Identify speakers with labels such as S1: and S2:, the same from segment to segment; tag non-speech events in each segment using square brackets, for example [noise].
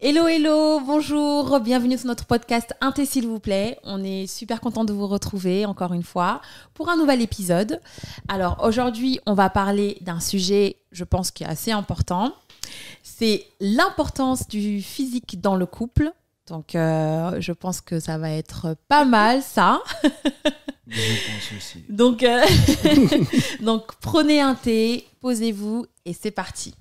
S1: Hello, hello, bonjour, bienvenue sur notre podcast Inté s'il vous plaît. On est super content de vous retrouver encore une fois pour un nouvel épisode. Alors aujourd'hui, on va parler d'un sujet, je pense, qui est assez important. C'est l'importance du physique dans le couple. Donc euh, je pense que ça va être pas mal ça.
S2: Je pense aussi.
S1: [laughs] Donc, euh, donc prenez un thé, posez-vous et c'est parti.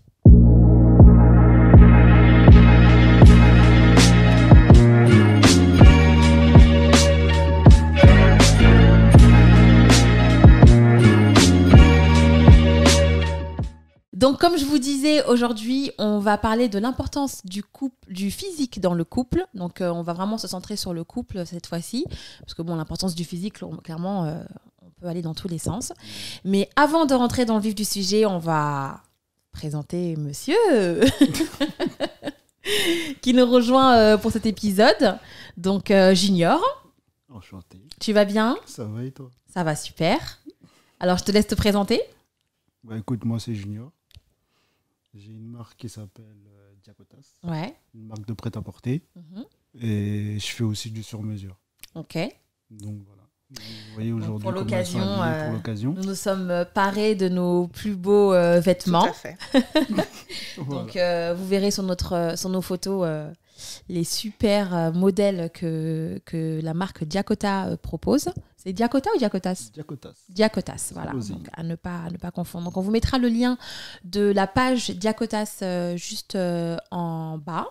S1: Donc, comme je vous disais, aujourd'hui, on va parler de l'importance du couple, du physique dans le couple. Donc, euh, on va vraiment se centrer sur le couple euh, cette fois-ci, parce que bon, l'importance du physique, on- clairement, euh, on peut aller dans tous les sens. Mais avant de rentrer dans le vif du sujet, on va présenter Monsieur [laughs] qui nous rejoint euh, pour cet épisode. Donc, euh, Junior,
S2: Enchanté.
S1: tu vas bien
S2: Ça va et toi
S1: Ça va super. Alors, je te laisse te présenter.
S2: Bah écoute, moi c'est Junior. J'ai une marque qui s'appelle euh, Diakotas,
S1: Ouais.
S2: une marque de prêt-à-porter.
S1: Mhm.
S2: Et je fais aussi du sur-mesure.
S1: Ok.
S2: Donc voilà. Vous voyez aujourd'hui
S1: pour
S2: comment elles sont
S1: l'occasion,
S2: habillées
S1: euh,
S2: pour l'occasion.
S1: Nous nous sommes euh, parés de nos plus beaux euh,
S3: Tout
S1: vêtements.
S3: à fait.
S2: Voilà.
S1: Donc euh, vous verrez sur, notre, euh, sur nos photos euh, les super euh, modèles que, que la marque Diakota euh, propose. C'est Diakota ou Diakotas
S2: Diakotas.
S1: Diakotas, voilà.
S2: Posing.
S1: Donc, à ne pas à ne pas confondre. Donc on vous mettra le lien de la page Diakotas euh, juste euh, en bas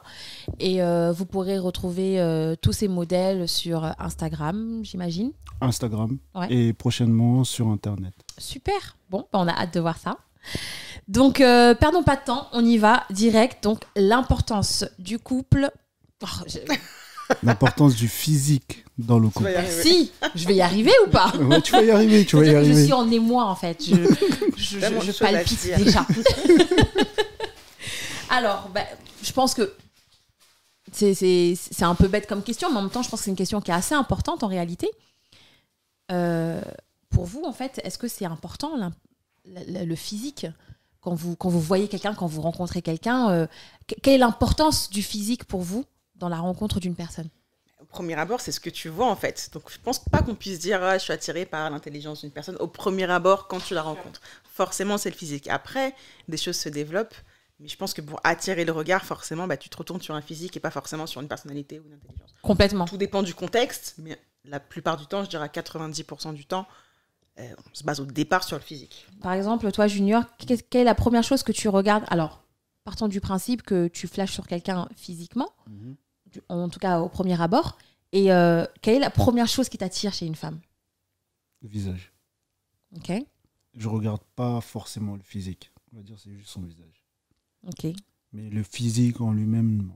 S1: et euh, vous pourrez retrouver euh, tous ces modèles sur Instagram, j'imagine.
S2: Instagram
S1: Ouais.
S2: et prochainement sur Internet.
S1: Super. Bon, bah, on a hâte de voir ça. Donc euh, perdons pas de temps, on y va direct. Donc l'importance du couple. Oh, je-
S2: L'importance du physique dans le
S3: Tu vas
S2: couple.
S3: y arriver.
S1: Si, je vais y arriver ou pas
S2: Ouais, tu vas y arriver, tu vas y
S1: C'est-à-dire que Je
S2: arriver.
S1: suis en émoi en fait. Je, je, je-
S3: Tellement
S1: je
S3: de choses à
S1: palpite
S3: dire. [laughs]
S1: déjà. Alors, bah, je pense que c'est- c'est c'est un peu bête comme question, mais en même temps, je pense que c'est une question qui est assez importante en réalité. Euh, pour vous, en fait, est-ce que c'est important l'im- la- la- le physique quand vous, quand vous voyez quelqu'un, quand vous rencontrez quelqu'un, euh, que- quelle est l'importance du physique pour vous dans la rencontre d'une personne
S3: Au premier abord, c'est ce que tu vois en fait. Donc je pense pas qu'on puisse dire Ah, je suis attiré par l'intelligence d'une personne au premier abord quand tu la rencontres. Forcément, c'est le physique. Après, des choses se développent. Mais je pense que pour attirer le regard, forcément, bah, tu te retournes sur un physique et pas forcément sur une personnalité ou une intelligence.
S1: Complètement.
S3: Tout dépend du contexte, mais la plupart du temps, je dirais à 90% du temps, euh, on se base au départ sur le physique. Ah,
S1: Par exemple, toi, Junior, qu'est- quelle est la première chose que tu regardes Alors, partons du principe que tu flashes sur quelqu'un physiquement,
S2: Mhm.
S1: du- en tout cas au premier abord, et euh, quelle est la première chose qui t'attire chez une femme
S2: Le visage.
S1: Ok.
S2: je regarde pas forcément le physique. On va dire c'est juste son visage.
S1: Ok.
S2: Mais le physique en lui-même, non.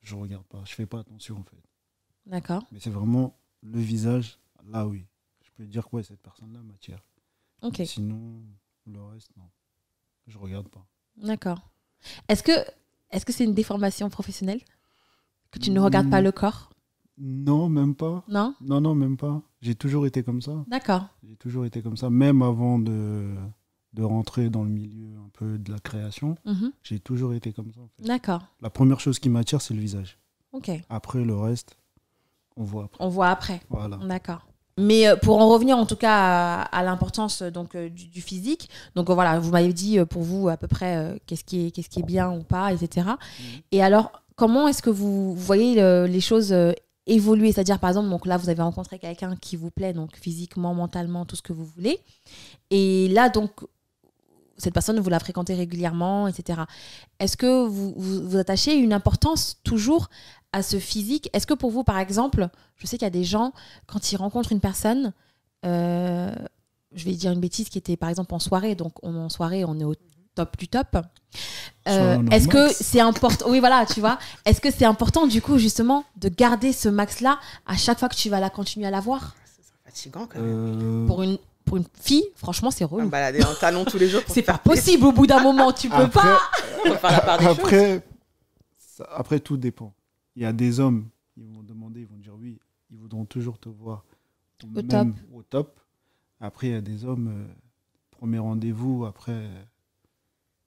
S2: Je regarde pas. Je fais pas attention en fait.
S1: D'accord.
S2: Mais c'est vraiment le visage. Là oui, je peux dire quoi cette personne-là m'attire.
S1: Ok.
S2: Mais Sinon le reste non. Je regarde pas.
S1: D'accord. Est-ce que est-ce que c'est une déformation professionnelle que tu ne regardes pas
S2: Mm.
S1: le corps
S2: Non même pas.
S1: Non.
S2: Non non même pas. J'ai toujours été comme ça.
S1: D'accord.
S2: J'ai toujours été comme ça. Même avant de de rentrer dans le milieu un peu de la création,
S1: Mhm.
S2: j'ai toujours été comme ça. en fait.
S1: D'accord.
S2: La première chose qui m'attire c'est le visage.
S1: Ok.
S2: Après le reste, on voit après.
S1: On voit après.
S2: Voilà.
S1: D'accord. Mais euh, pour en revenir en tout cas à, à l'importance euh, donc euh, du, du physique, donc euh, voilà, vous m'avez dit euh, pour vous à peu près euh, qu'est-ce qui est qu'est-ce qui est bien ou pas, etc. Et alors comment est-ce que vous voyez euh, les choses euh, évoluer C'est-à-dire par exemple donc là vous avez rencontré quelqu'un qui vous plaît donc physiquement, mentalement, tout ce que vous voulez, et là donc cette personne vous la fréquentez régulièrement, etc. Est-ce que vous, vous vous attachez une importance toujours à ce physique Est-ce que pour vous par exemple, je sais qu'il y a des gens quand ils rencontrent une personne, euh, je vais dire une bêtise qui était par exemple en soirée, donc on est en soirée, on est au top du top. Euh,
S2: Soirée, on est au
S1: Est-ce que
S2: max.
S1: c'est important Oui, voilà, tu vois. Est-ce que c'est important du coup justement de garder ce max-là à chaque fois que tu vas la continuer à la voir
S3: C'est fatigant quand même.
S2: Euh,
S1: pour une pour une fille Franchement, c'est
S3: On va me
S1: relou.
S3: balader en talons tous les jours Ah bah, pour
S1: C'est
S3: te faire
S1: pas possible. Au bout d'un moment, tu peux
S2: après,
S1: pas.
S3: plaisir, faut faire la part des choses.
S2: Ah, après, ça- après, tout dépend. Il y a des hommes, ils vont demander, ils vont dire oui, ils voudront toujours te voir même
S1: top.
S2: au top. Après, il y a des hommes, euh, premier rendez-vous, après,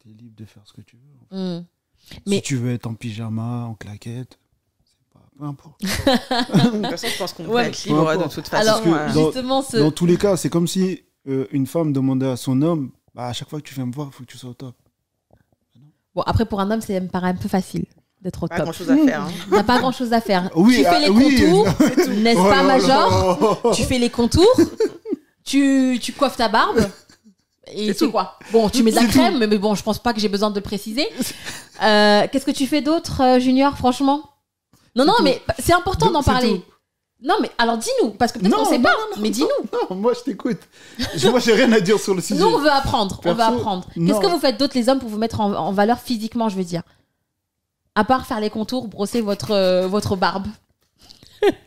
S2: tu es libre de faire ce que tu veux.
S1: Hmm. Mais-
S2: Si tu veux être en pyjama, en claquette, c'est pas... peu importe.
S3: De toute façon, je pense qu'on peut
S1: Ouais.
S3: être
S2: Peu
S3: libre de
S2: importe.
S3: toute
S1: Alors,
S3: façon. euh,
S2: dans-
S1: justement, ce...
S2: Dans tous les cas, c'est comme si euh, une femme demandait à son homme bah, à chaque fois que tu viens me voir, il faut que tu sois au top.
S1: Bon, après, pour un homme, c'est me paraît un peu facile d'être au
S3: Pas
S1: top.
S3: grand chose à faire. hein.
S1: T'as pas grand chose à faire.
S2: Bah, Oui,
S1: tu fais
S2: ah,
S1: les
S2: oui.
S1: contours, n'est-ce
S2: Oh
S1: pas,
S2: là [laughs]
S1: Major
S2: là.
S1: Tu fais les contours, tu, tu coiffes ta barbe. Et
S3: C'est
S1: c'est
S3: tout.
S1: quoi Bon, tu mets de la
S2: C'est tout.
S1: crème, mais bon, je pense pas que j'ai besoin de le préciser. Euh, Qu'est-ce que tu fais d'autre, euh, Junior, franchement Non, non,
S2: tout.
S1: mais c'est important
S2: De-
S1: d'en
S2: c'est
S1: parler.
S2: tout.
S1: Non, mais alors dis-nous, parce que peut-être
S2: Non,
S1: qu'on sait
S2: non,
S1: pas, mais dis-nous.
S2: Non, moi je t'écoute. Je- Moi j'ai rien à dire sur le sujet.
S1: Nous, on veut apprendre, on
S2: Perso,
S1: veut apprendre. Qu'est-ce
S2: non.
S1: que vous faites d'autre, les hommes, pour vous mettre en, en valeur physiquement, je veux dire À part faire les contours, brosser votre, euh, votre barbe.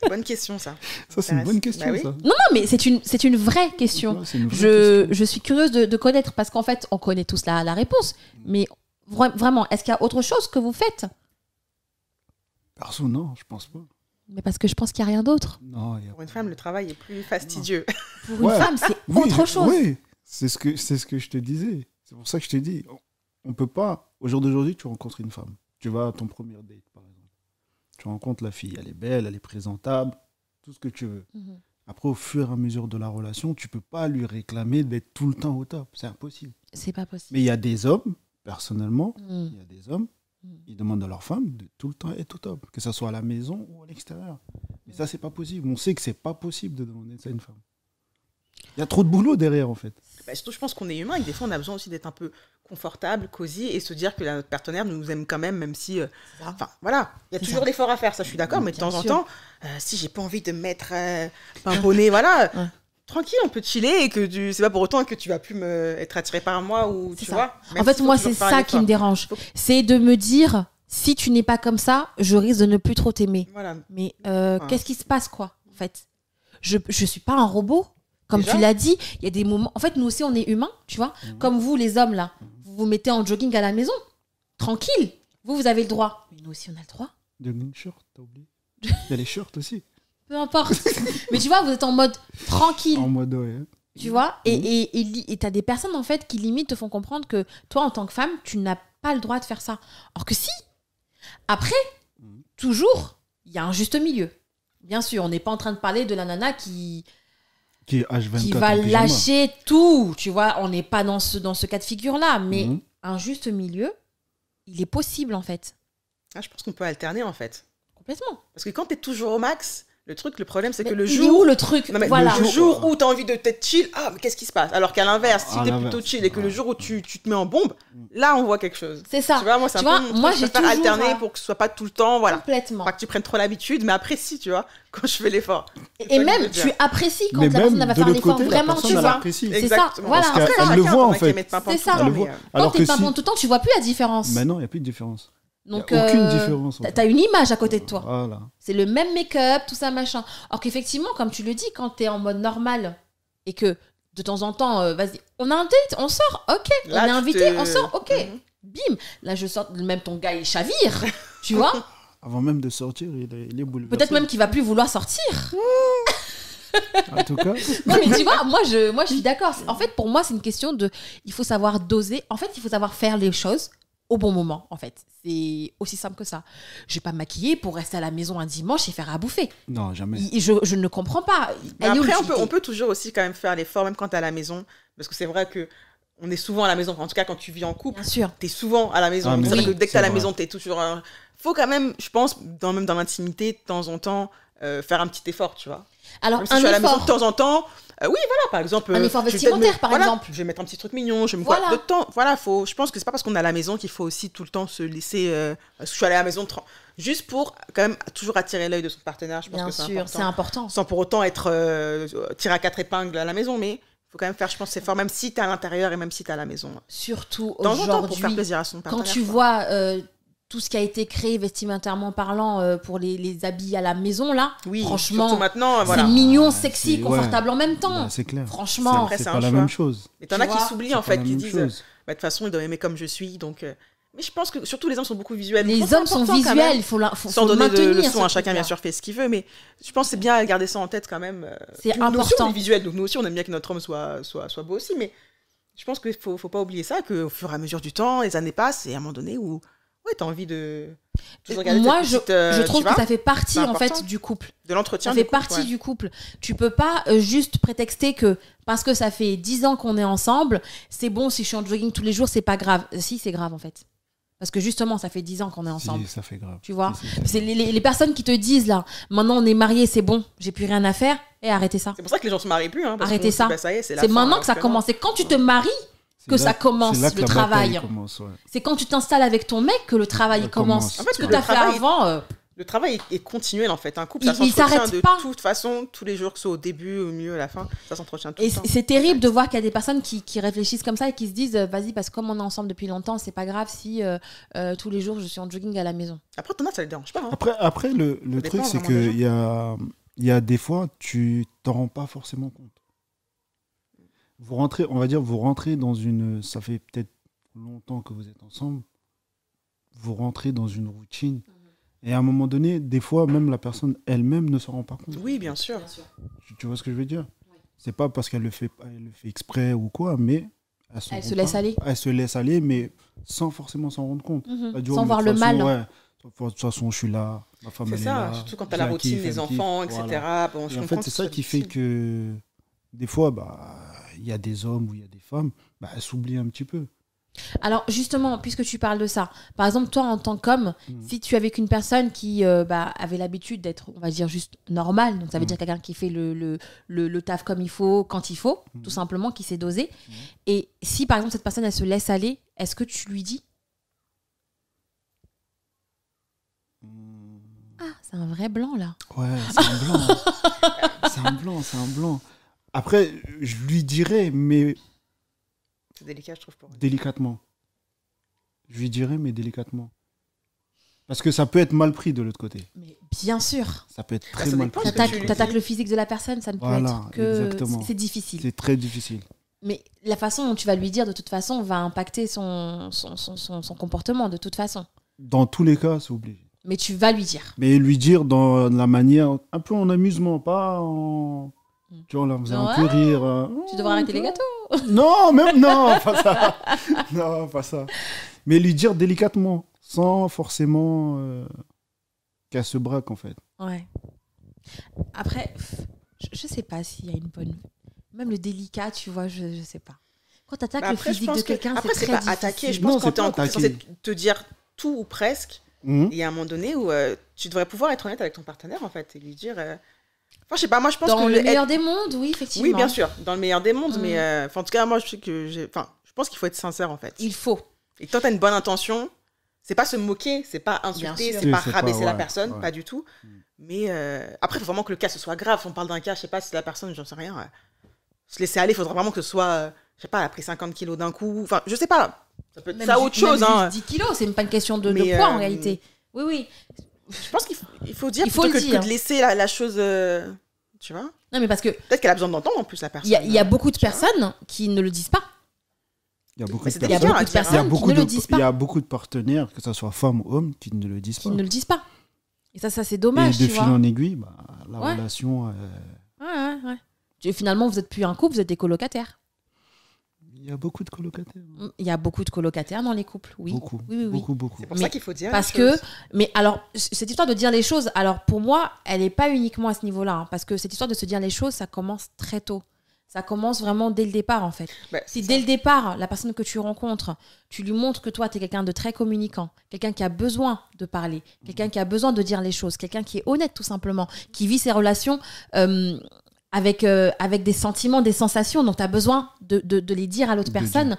S3: Bonne question, ça.
S2: ça c'est une bonne question.
S3: Bah oui.
S2: ça.
S1: Non, mais c'est une, c'est une vraie question.
S2: Ouais, c'est une vraie
S1: je,
S2: question.
S1: je suis curieuse de, de connaître parce qu'en fait, on connaît tous la, la réponse. Mais vra- vraiment, est-ce qu'il y a autre chose que vous faites
S2: Perso, non, je pense pas.
S1: Mais parce que je pense qu'il n'y a rien d'autre.
S2: Non, il y a-
S3: Pour une femme, le travail est plus fastidieux.
S1: Pour une
S2: Ouais.
S1: femme, c'est
S2: Oui,
S1: autre
S2: je-
S1: chose.
S2: Oui, c'est ce que c'est ce que je te disais. C'est pour ça que je te dis, on, on peut pas. Au jour d'aujourd'hui, tu rencontres une femme. Tu vas à ton premier date, par exemple. Tu rencontres la fille, elle est belle, elle est présentable, tout ce que tu veux.
S1: Mhm.
S2: Après, au fur et à mesure de la relation, tu peux pas lui réclamer d'être tout le temps au top. C'est impossible.
S1: C'est pas possible.
S2: Mais il y a des hommes, personnellement,
S1: Mm.
S2: il y a des hommes,
S1: Mm.
S2: ils demandent à leur femme de tout le temps être au top, que ce soit à la maison ou à l'extérieur. Mais ça, c'est pas possible. On sait que c'est pas possible de demander ça à une femme. Il y a trop de boulot derrière, en fait.
S3: Bah, surtout, je pense qu'on est humain et que des fois, on a besoin aussi d'être un peu confortable, cosy et se dire que la- notre partenaire nous aime quand même, même si. euh,
S1: C'est ça.
S3: Enfin, voilà, il y a
S1: C'est
S3: toujours
S1: ça.
S3: l'effort à faire, ça, je suis d'accord, mais de
S1: Bien
S3: temps en
S1: sûr.
S3: temps, euh, si j'ai pas envie de me mettre euh, un bonnet, voilà,
S1: [laughs] Ouais.
S3: tranquille, on peut chiller et que tu... c'est pas pour autant que tu vas plus me... être attiré par moi ou
S1: C'est
S3: tu
S1: ça.
S3: vois. même
S1: En fait,
S3: s'il faut
S1: moi,
S3: toujours
S1: c'est
S3: faire un
S1: ça qui me
S3: effort.
S1: dérange.
S3: Faut-
S1: C'est de me dire si tu n'es pas comme ça, je risque de ne plus trop t'aimer.
S3: Voilà.
S1: Mais euh,
S3: Ouais.
S1: qu'est-ce qui se passe, quoi, en fait Je ne suis pas un robot. Comme
S3: Déjà.
S1: tu l'as dit, il y a des moments. En fait, nous aussi, on est humains, tu vois.
S2: Mhm.
S1: Comme vous, les hommes, là, vous vous mettez en jogging à la maison, tranquille. Vous, vous avez le droit. Mais nous aussi, on a le droit.
S2: De une short, t'as oublié. Il y a les shorts aussi.
S1: Peu
S2: [laughs]
S1: importe. Mais tu vois, vous êtes en mode tranquille,
S2: En mode, ouais. hein,
S1: tu vois. Et
S2: Mhm.
S1: et- et li- et t'as des personnes, en fait, qui limite te font comprendre que toi, en tant que femme, tu n'as pas le droit de faire ça. Or que si. Après,
S2: Mhm.
S1: toujours, il y a un juste milieu. Bien sûr, on n'est pas en train de parler de la nana qui,
S2: Qui est H24.
S1: qui va
S2: en pyjama.
S1: lâcher tout. Tu vois, on n'est pas dans ce, dans ce cas de figure-là. Mais
S2: Mhm.
S1: un juste milieu, il est possible, en fait.
S3: Ah, je pense qu'on peut alterner en fait.
S1: Complètement.
S3: Parce que quand t'es toujours au max, le truc, le problème, c'est
S1: Mais
S3: que le
S1: il est où
S3: jour.
S1: le truc
S3: Non, mais
S1: Voilà.
S3: le
S2: jour-
S3: jour où t'as envie de t'être chill, ah, mais qu'est-ce qui se passe Alors qu'à l'inverse, si
S2: Ah,
S3: t'es
S2: l'inverse.
S3: plutôt chill et que le
S2: Ouais.
S3: jour où tu, tu te mets en bombe, là on voit quelque chose.
S1: C'est ça.
S3: Tu vois, moi, c'est
S1: Tu
S3: un
S1: vois,
S3: peu mon
S1: moi,
S3: truc, je
S1: j'ai
S3: préfère
S1: toujours,
S3: alterner
S1: euh,
S3: pour que ce soit pas tout le temps, voilà.
S1: Complètement.
S3: Pas que tu prennes trop l'habitude, mais apprécie, tu vois, [laughs] quand je fais l'effort.
S1: Et, et
S3: ça que je
S1: même,
S3: veux dire.
S1: tu apprécies quand
S2: Mais
S1: la personne
S2: même,
S1: elle va
S2: de
S1: faire
S2: l'autre
S1: l'effort
S2: côté, la
S1: vraiment,
S2: personne,
S1: tu
S2: elle
S1: vois.
S2: apprécie.
S1: C'est
S3: Exactement.
S1: ça, voilà.
S2: Parce qu'elle-
S1: Après,
S2: elle
S1: chacun,
S2: le voit, en fait.
S1: C'est ça.
S2: Elle le
S3: Mais,
S2: voit.
S3: euh,
S1: Quand
S2: Alors
S1: t'es
S2: que
S1: pas
S2: si...
S1: bon tout le temps, tu vois plus la différence.
S2: Maintenant, il n'y a plus de différence. Il n'y a
S1: Donc,
S2: aucune
S1: euh,
S2: différence. en
S1: t'as-
S2: fait.
S1: T'as une image à côté de toi.
S2: Voilà.
S1: C'est le même make-up, tout ça, machin. Or qu'effectivement, comme tu le dis, quand t'es en mode normal et que de temps en temps, euh, vas-y, on a un date, on sort, ok.
S3: là,
S1: on
S3: tu
S1: est invité,
S3: t'es-
S1: on sort, ok.
S3: Mhm.
S1: Bim. Là, je sors, même ton gars, il
S3: [laughs]
S1: chavire. tu vois
S2: Avant même de sortir, il est, il est bouleversé.
S1: Peut-être même qu'il va plus vouloir sortir.
S2: En
S1: [laughs]
S2: tout cas,
S1: Non, mais tu vois, moi je, moi, je suis d'accord. En fait, pour moi, c'est une question de. Il faut savoir doser. En fait, il faut savoir faire les choses au bon moment, en fait. C'est aussi simple que ça. Je vais pas me maquiller pour rester à la maison un dimanche et faire à bouffer.
S2: non, jamais.
S1: Il- Je, je ne comprends pas.
S3: Mais
S1: Elle est où
S3: après, on peut,
S1: l'utilité
S3: on peut toujours aussi quand même faire l'effort, même quand t'es à la maison. Parce que c'est vrai que on est souvent à la maison. En tout cas, quand tu vis en couple,
S1: Bien sûr.
S3: t'es souvent à la maison.
S2: Ah, mais
S3: c'est vrai
S2: oui,
S3: que dès
S2: c'est
S3: que t'es à la
S2: vrai.
S3: maison, t'es toujours. un- Faut quand même, je pense, dans, même dans l'intimité, de temps en temps, euh, faire un petit effort, tu vois.
S1: Alors,
S3: Même si je
S1: un
S3: suis à la maison de
S1: effort.
S3: temps en temps, euh, oui, voilà, par exemple.
S1: Un
S3: euh,
S1: effort
S3: je vais peut-être
S1: vestimentaire, par
S3: voilà,
S1: exemple.
S3: Je vais mettre un petit truc mignon, je vais me
S1: Voilà.
S3: voilà. de temps. Voilà, faut, je pense que c'est pas parce qu'on est à la maison qu'il faut aussi tout le temps se laisser. euh, parce que je suis allée à la maison tra- juste pour quand même toujours attirer l'œil de son partenaire. Je pense
S1: Bien
S3: que c'est
S1: sûr, c'est
S3: important.
S1: important.
S3: Sans pour autant être euh, tiré à quatre épingles à la maison, mais faut quand même faire, je pense, c'est fort, même si t'es à l'intérieur et même si t'es à la maison.
S1: Surtout
S3: De temps en temps, pour faire
S1: aujourd'hui.
S3: plaisir à son
S1: Quand
S3: partenaire.
S1: tu
S3: quoi.
S1: vois euh, tout ce qui a été créé vestimentairement parlant euh, pour les, les habits à la maison, là,
S3: oui,
S1: franchement,
S3: surtout maintenant, euh, Ah, voilà.
S1: c'est mignon,
S2: Ouais,
S1: sexy,
S2: Ah, c'est-
S1: confortable en même temps.
S2: Bah, c'est clair.
S1: Franchement.
S3: Après,
S2: c'est
S3: c'est
S2: pas
S3: un
S2: la
S3: choix.
S2: même chose.
S3: Mais t'en
S1: tu
S3: as qui
S1: vois,
S2: C'est
S3: s'oublient
S2: pas
S3: en fait,
S2: la
S3: qui
S2: même
S3: disent. euh,
S2: chose.
S3: Bah, de toute façon, il doit aimer comme je suis. Donc, euh, mais je pense que surtout les hommes sont beaucoup visuels. Je pense
S1: Les
S3: que
S1: hommes
S3: c'est
S1: sont
S3: important quand même,
S1: visuels, il faut, la- faut,
S3: Sans
S1: faut
S3: donner de
S1: maintenir
S3: leçons
S1: ce
S3: à chacun,
S1: truc-là.
S3: bien sûr, fait ce qu'il veut, mais je pense que c'est bien à garder ça en tête quand même. euh,
S1: C'est
S3: puis nous- Nous aussi, on
S1: important.
S3: est visuels, donc nous aussi, on aime bien que notre homme soit, soit, soit beau aussi, mais je pense qu'il faut, faut pas oublier ça, qu'au fur et à mesure du temps, les années passent, et à un moment donné où ouais, t'as envie de. toujours regarder
S1: Moi,
S3: cette
S1: je,
S3: petite, euh,
S1: je
S3: tu
S1: trouve
S3: vois,
S1: que ça fait partie
S3: c'est
S1: en fait
S3: important.
S1: du couple.
S3: de l'entretien.
S1: Ça fait
S3: du couple,
S1: partie
S3: ouais.
S1: du couple. Tu peux pas euh, juste prétexter que parce que ça fait 10 ans qu'on est ensemble, c'est bon si je suis en jogging tous les jours, c'est pas grave. Euh, Si, c'est grave en fait. Parce que justement, ça fait 10 ans qu'on est ensemble.
S2: Si, ça fait grave.
S1: Tu vois
S2: Si, si, ça fait
S1: C'est les, les- les personnes qui te disent là, maintenant on est mariés, c'est bon, j'ai plus rien à faire, et arrêtez ça.
S3: C'est pour ça que les gens se marient plus. Hein, parce
S1: Arrêtez
S3: qu'on se dit,
S1: ça.
S3: bah, ça y est, c'est la
S1: C'est
S3: fin,
S1: maintenant
S3: alors
S1: que ça
S3: non.
S1: commence. C'est quand tu te maries
S2: C'est
S1: que
S2: là-
S1: ça commence,
S2: c'est là que
S1: le
S2: la
S1: travail. hein.
S2: bataille commence, ouais.
S1: C'est quand tu t'installes avec ton mec que le travail
S2: Ça
S1: commence.
S2: commence.
S1: Tout
S2: En
S1: Ce
S2: fait,
S1: que
S2: le
S1: tu as fait
S3: travail-
S1: avant, euh,
S3: Le travail est continuel en fait. Un couple,
S1: Il-
S3: ça
S1: il
S3: s'entretient
S1: s'arrête
S3: de
S1: pas.
S3: toute façon, tous les jours, que ce soit au début, au milieu, à la fin, ça s'entretient tout
S1: et
S3: le temps.
S1: c'est c'est terrible de voir qu'il y a des personnes qui, qui réfléchissent comme ça et qui se disent euh, vas-y, parce que comme on est ensemble depuis longtemps, c'est pas grave si euh, euh, tous les jours je suis en jogging à la maison.
S3: Après, t'en as, ça les dérange pas. hein.
S2: Après, après, le, le
S3: Ça
S2: truc,
S3: dépend
S2: c'est
S3: vraiment des
S2: qu'il y a, il y a des fois, tu t'en rends pas forcément compte. Vous rentrez, on va dire, vous rentrez dans une. Ça fait peut-être longtemps que vous êtes ensemble. Vous rentrez dans une routine. Et à un moment donné, des fois, même la personne elle-même ne s'en rend pas compte.
S3: Oui, bien sûr.
S2: Oh, Tu, tu vois ce que je veux dire C'est pas parce qu'elle le fait pas- elle le fait exprès ou quoi, mais elle,
S1: Elle
S2: rend
S1: se laisse
S2: pas-
S1: aller.
S2: Elle se laisse aller, mais sans forcément s'en rendre compte.
S1: Mhm.
S2: Elle dit, oh,
S1: Sans
S2: mais
S1: voir
S2: de
S1: le
S2: toute façon,
S1: mal. hein.
S2: ouais, de toute façon, je suis là, ma femme
S3: C'est
S2: elle est
S3: ça,
S2: là.
S3: surtout quand t'as
S2: je
S3: la
S2: la
S3: routine
S2: kiffe, elle
S3: des
S2: me kiffe.
S3: enfants, etc.
S2: Voilà.
S3: Bon, je
S2: Et en
S3: comprends
S2: fait,
S3: que
S2: c'est
S3: ce
S2: ça
S3: soit
S2: qui fait
S3: difficile.
S2: que des fois, bah, il y a des hommes ou il y a des femmes, bah, elles s'oublient un petit peu.
S1: Alors justement, puisque tu parles de ça, par exemple, toi en tant qu'homme,
S2: Mhm.
S1: si tu es avec une personne qui euh, bah, avait l'habitude d'être, on va dire, juste normale, donc ça veut
S2: Mhm.
S1: dire quelqu'un qui fait le, le, le, le taf comme il faut, quand il faut,
S2: Mhm.
S1: tout simplement, qui s'est dosé,
S2: Mhm.
S1: et si par exemple cette personne, elle se laisse aller, est-ce que tu lui dis Ah, c'est un vrai blanc là
S2: Mmh. Ouais, c'est un blanc.
S3: [laughs]
S2: hein. c'est un blanc, c'est un blanc. Après, je lui dirais, mais
S3: C'est délicat, je trouve. Pour... eux.
S2: délicatement. Je lui dirais, mais délicatement. Parce que ça peut être mal pris de l'autre côté.
S1: Mais bien sûr
S2: Ça peut être
S3: Bah,
S2: très
S3: ça
S2: mal
S3: dépend
S2: pris.
S3: ce que
S2: de l'autre
S3: tu lui
S1: T'attaques
S2: côté.
S1: t'attaques le physique de la personne, ça ne peut
S2: Voilà,
S1: être que.
S2: exactement.
S1: C'est difficile.
S2: C'est très difficile.
S1: Mais la façon dont tu vas lui dire, de toute façon, va impacter son, son, son, son, son comportement, de toute façon.
S2: Dans tous les cas, c'est obligé.
S1: Mais tu vas lui dire.
S2: Mais lui dire dans la manière, un peu en amusement, pas en.
S1: Mm.
S2: Tu vois, là, faisait
S1: Ouais.
S2: un peu rire. euh,
S1: Tu devras arrêter les gâteaux.
S2: Non, même
S3: [laughs]
S2: non, pas ça. Non, pas ça. Mais lui dire délicatement, sans forcément euh, qu'elle se braque, en fait.
S1: Ouais. Après, pff, je, je sais pas s'il y a une bonne. Même le délicat, tu vois, je, je sais pas. Quand t'attaques
S3: Bah,
S1: le
S3: après, je
S1: physique de
S3: pense que-
S1: quelqu'un,
S3: après,
S1: c'est
S3: c'est
S1: très
S3: pas
S1: difficile.
S3: attaquer. Je
S2: Non,
S3: pense que quand
S2: c'est
S3: t'es en
S2: pas
S3: couple, c'est
S2: attaquer.
S3: te dire tout ou presque.
S2: Mhm.
S3: Il y a un moment donné où euh, tu devrais pouvoir être honnête avec ton partenaire en fait et lui dire. euh, Enfin, je sais pas, moi je pense
S1: Dans
S3: que
S1: le
S3: être-
S1: meilleur des mondes, oui, effectivement.
S3: Oui, bien sûr, dans le meilleur des mondes,
S1: Mm.
S3: mais euh, enfin, en tout cas, moi, je sais que j'ai. Enfin, je pense qu'il faut être sincère, en fait.
S1: Il faut.
S3: Et que quand t'as une bonne intention, c'est pas se moquer, c'est pas insulter,
S1: sûr.
S3: c'est pas
S2: Oui, c'est
S3: rabaisser
S2: pas-
S3: la
S2: ouais,
S3: personne,
S2: ouais.
S3: pas du tout.
S2: Mm.
S3: Mais euh, après, il faut vraiment que le cas ce soit grave. On parle d'un cas, je sais pas si la personne, j'en sais rien, euh, se laisser aller, il faudra vraiment que ce soit. euh, je sais pas, elle a pris 50 kilos d'un coup. Enfin, je sais pas. Ça peut être
S1: Même
S3: ça
S1: ju-
S3: autre chose,
S1: même
S3: hein.
S1: juste 10 kilos, c'est même pas une question de, de
S3: Mais,
S1: poids en
S3: euh,
S1: réalité. Oui, oui.
S3: Je pense qu'il faut, il faut dire
S1: Il faut
S3: plutôt
S1: le
S3: que,
S1: dire.
S3: que de laisser la, la chose. euh, tu vois
S1: Non, mais parce que
S3: Peut-être qu'elle a besoin d'entendre en plus la personne.
S1: il y, a- il y a beaucoup de
S3: tu vois.
S1: personnes qui ne le disent pas.
S2: Il y a beaucoup
S3: Mais
S2: de
S3: c'est
S1: Il y a
S3: Bien sûr,
S1: beaucoup de
S2: personnes.
S3: à dire, hein.
S1: personnes qui
S2: beaucoup
S1: Ah, ne
S2: de,
S1: le disent
S2: il y
S1: pas.
S2: a beaucoup de partenaires, que ce soit femmes ou hommes, qui ne le disent
S1: Qui
S2: pas.
S1: ne le disent pas. Et ça, ça c'est
S2: Et
S1: dommage,
S2: de
S1: tu
S2: fil
S1: vois.
S2: en aiguille, bah, la
S1: Ouais.
S2: relation, euh,
S1: Ouais, ouais, ouais. Tu- Finalement, vous êtes plus un couple, vous êtes des colocataires.
S2: il y a beaucoup de colocataires.
S1: Il y a beaucoup de colocataires dans les couples, oui.
S2: Beaucoup,
S1: Oui, oui, oui.
S2: beaucoup, beaucoup.
S3: C'est pour
S1: Mais-
S3: ça qu'il faut dire.
S1: Parce
S3: les choses.
S1: que, mais alors, c- cette histoire de dire les choses, alors pour moi, elle n'est pas uniquement à ce niveau-là. hein, parce que cette histoire de se dire les choses, ça commence très tôt. Ça commence vraiment dès le départ, en fait.
S3: Bah,
S1: Si
S3: c'est
S1: dès le départ, la personne que tu rencontres, tu lui montres que toi, tu es quelqu'un de très communicant, quelqu'un qui a besoin de parler, quelqu'un qui a besoin de dire les choses, quelqu'un qui est honnête tout simplement, qui vit ses relations euh, avec, euh, avec des sentiments, des sensations, donc tu as besoin de, de- de les dire à l'autre
S2: De dire.
S1: personne.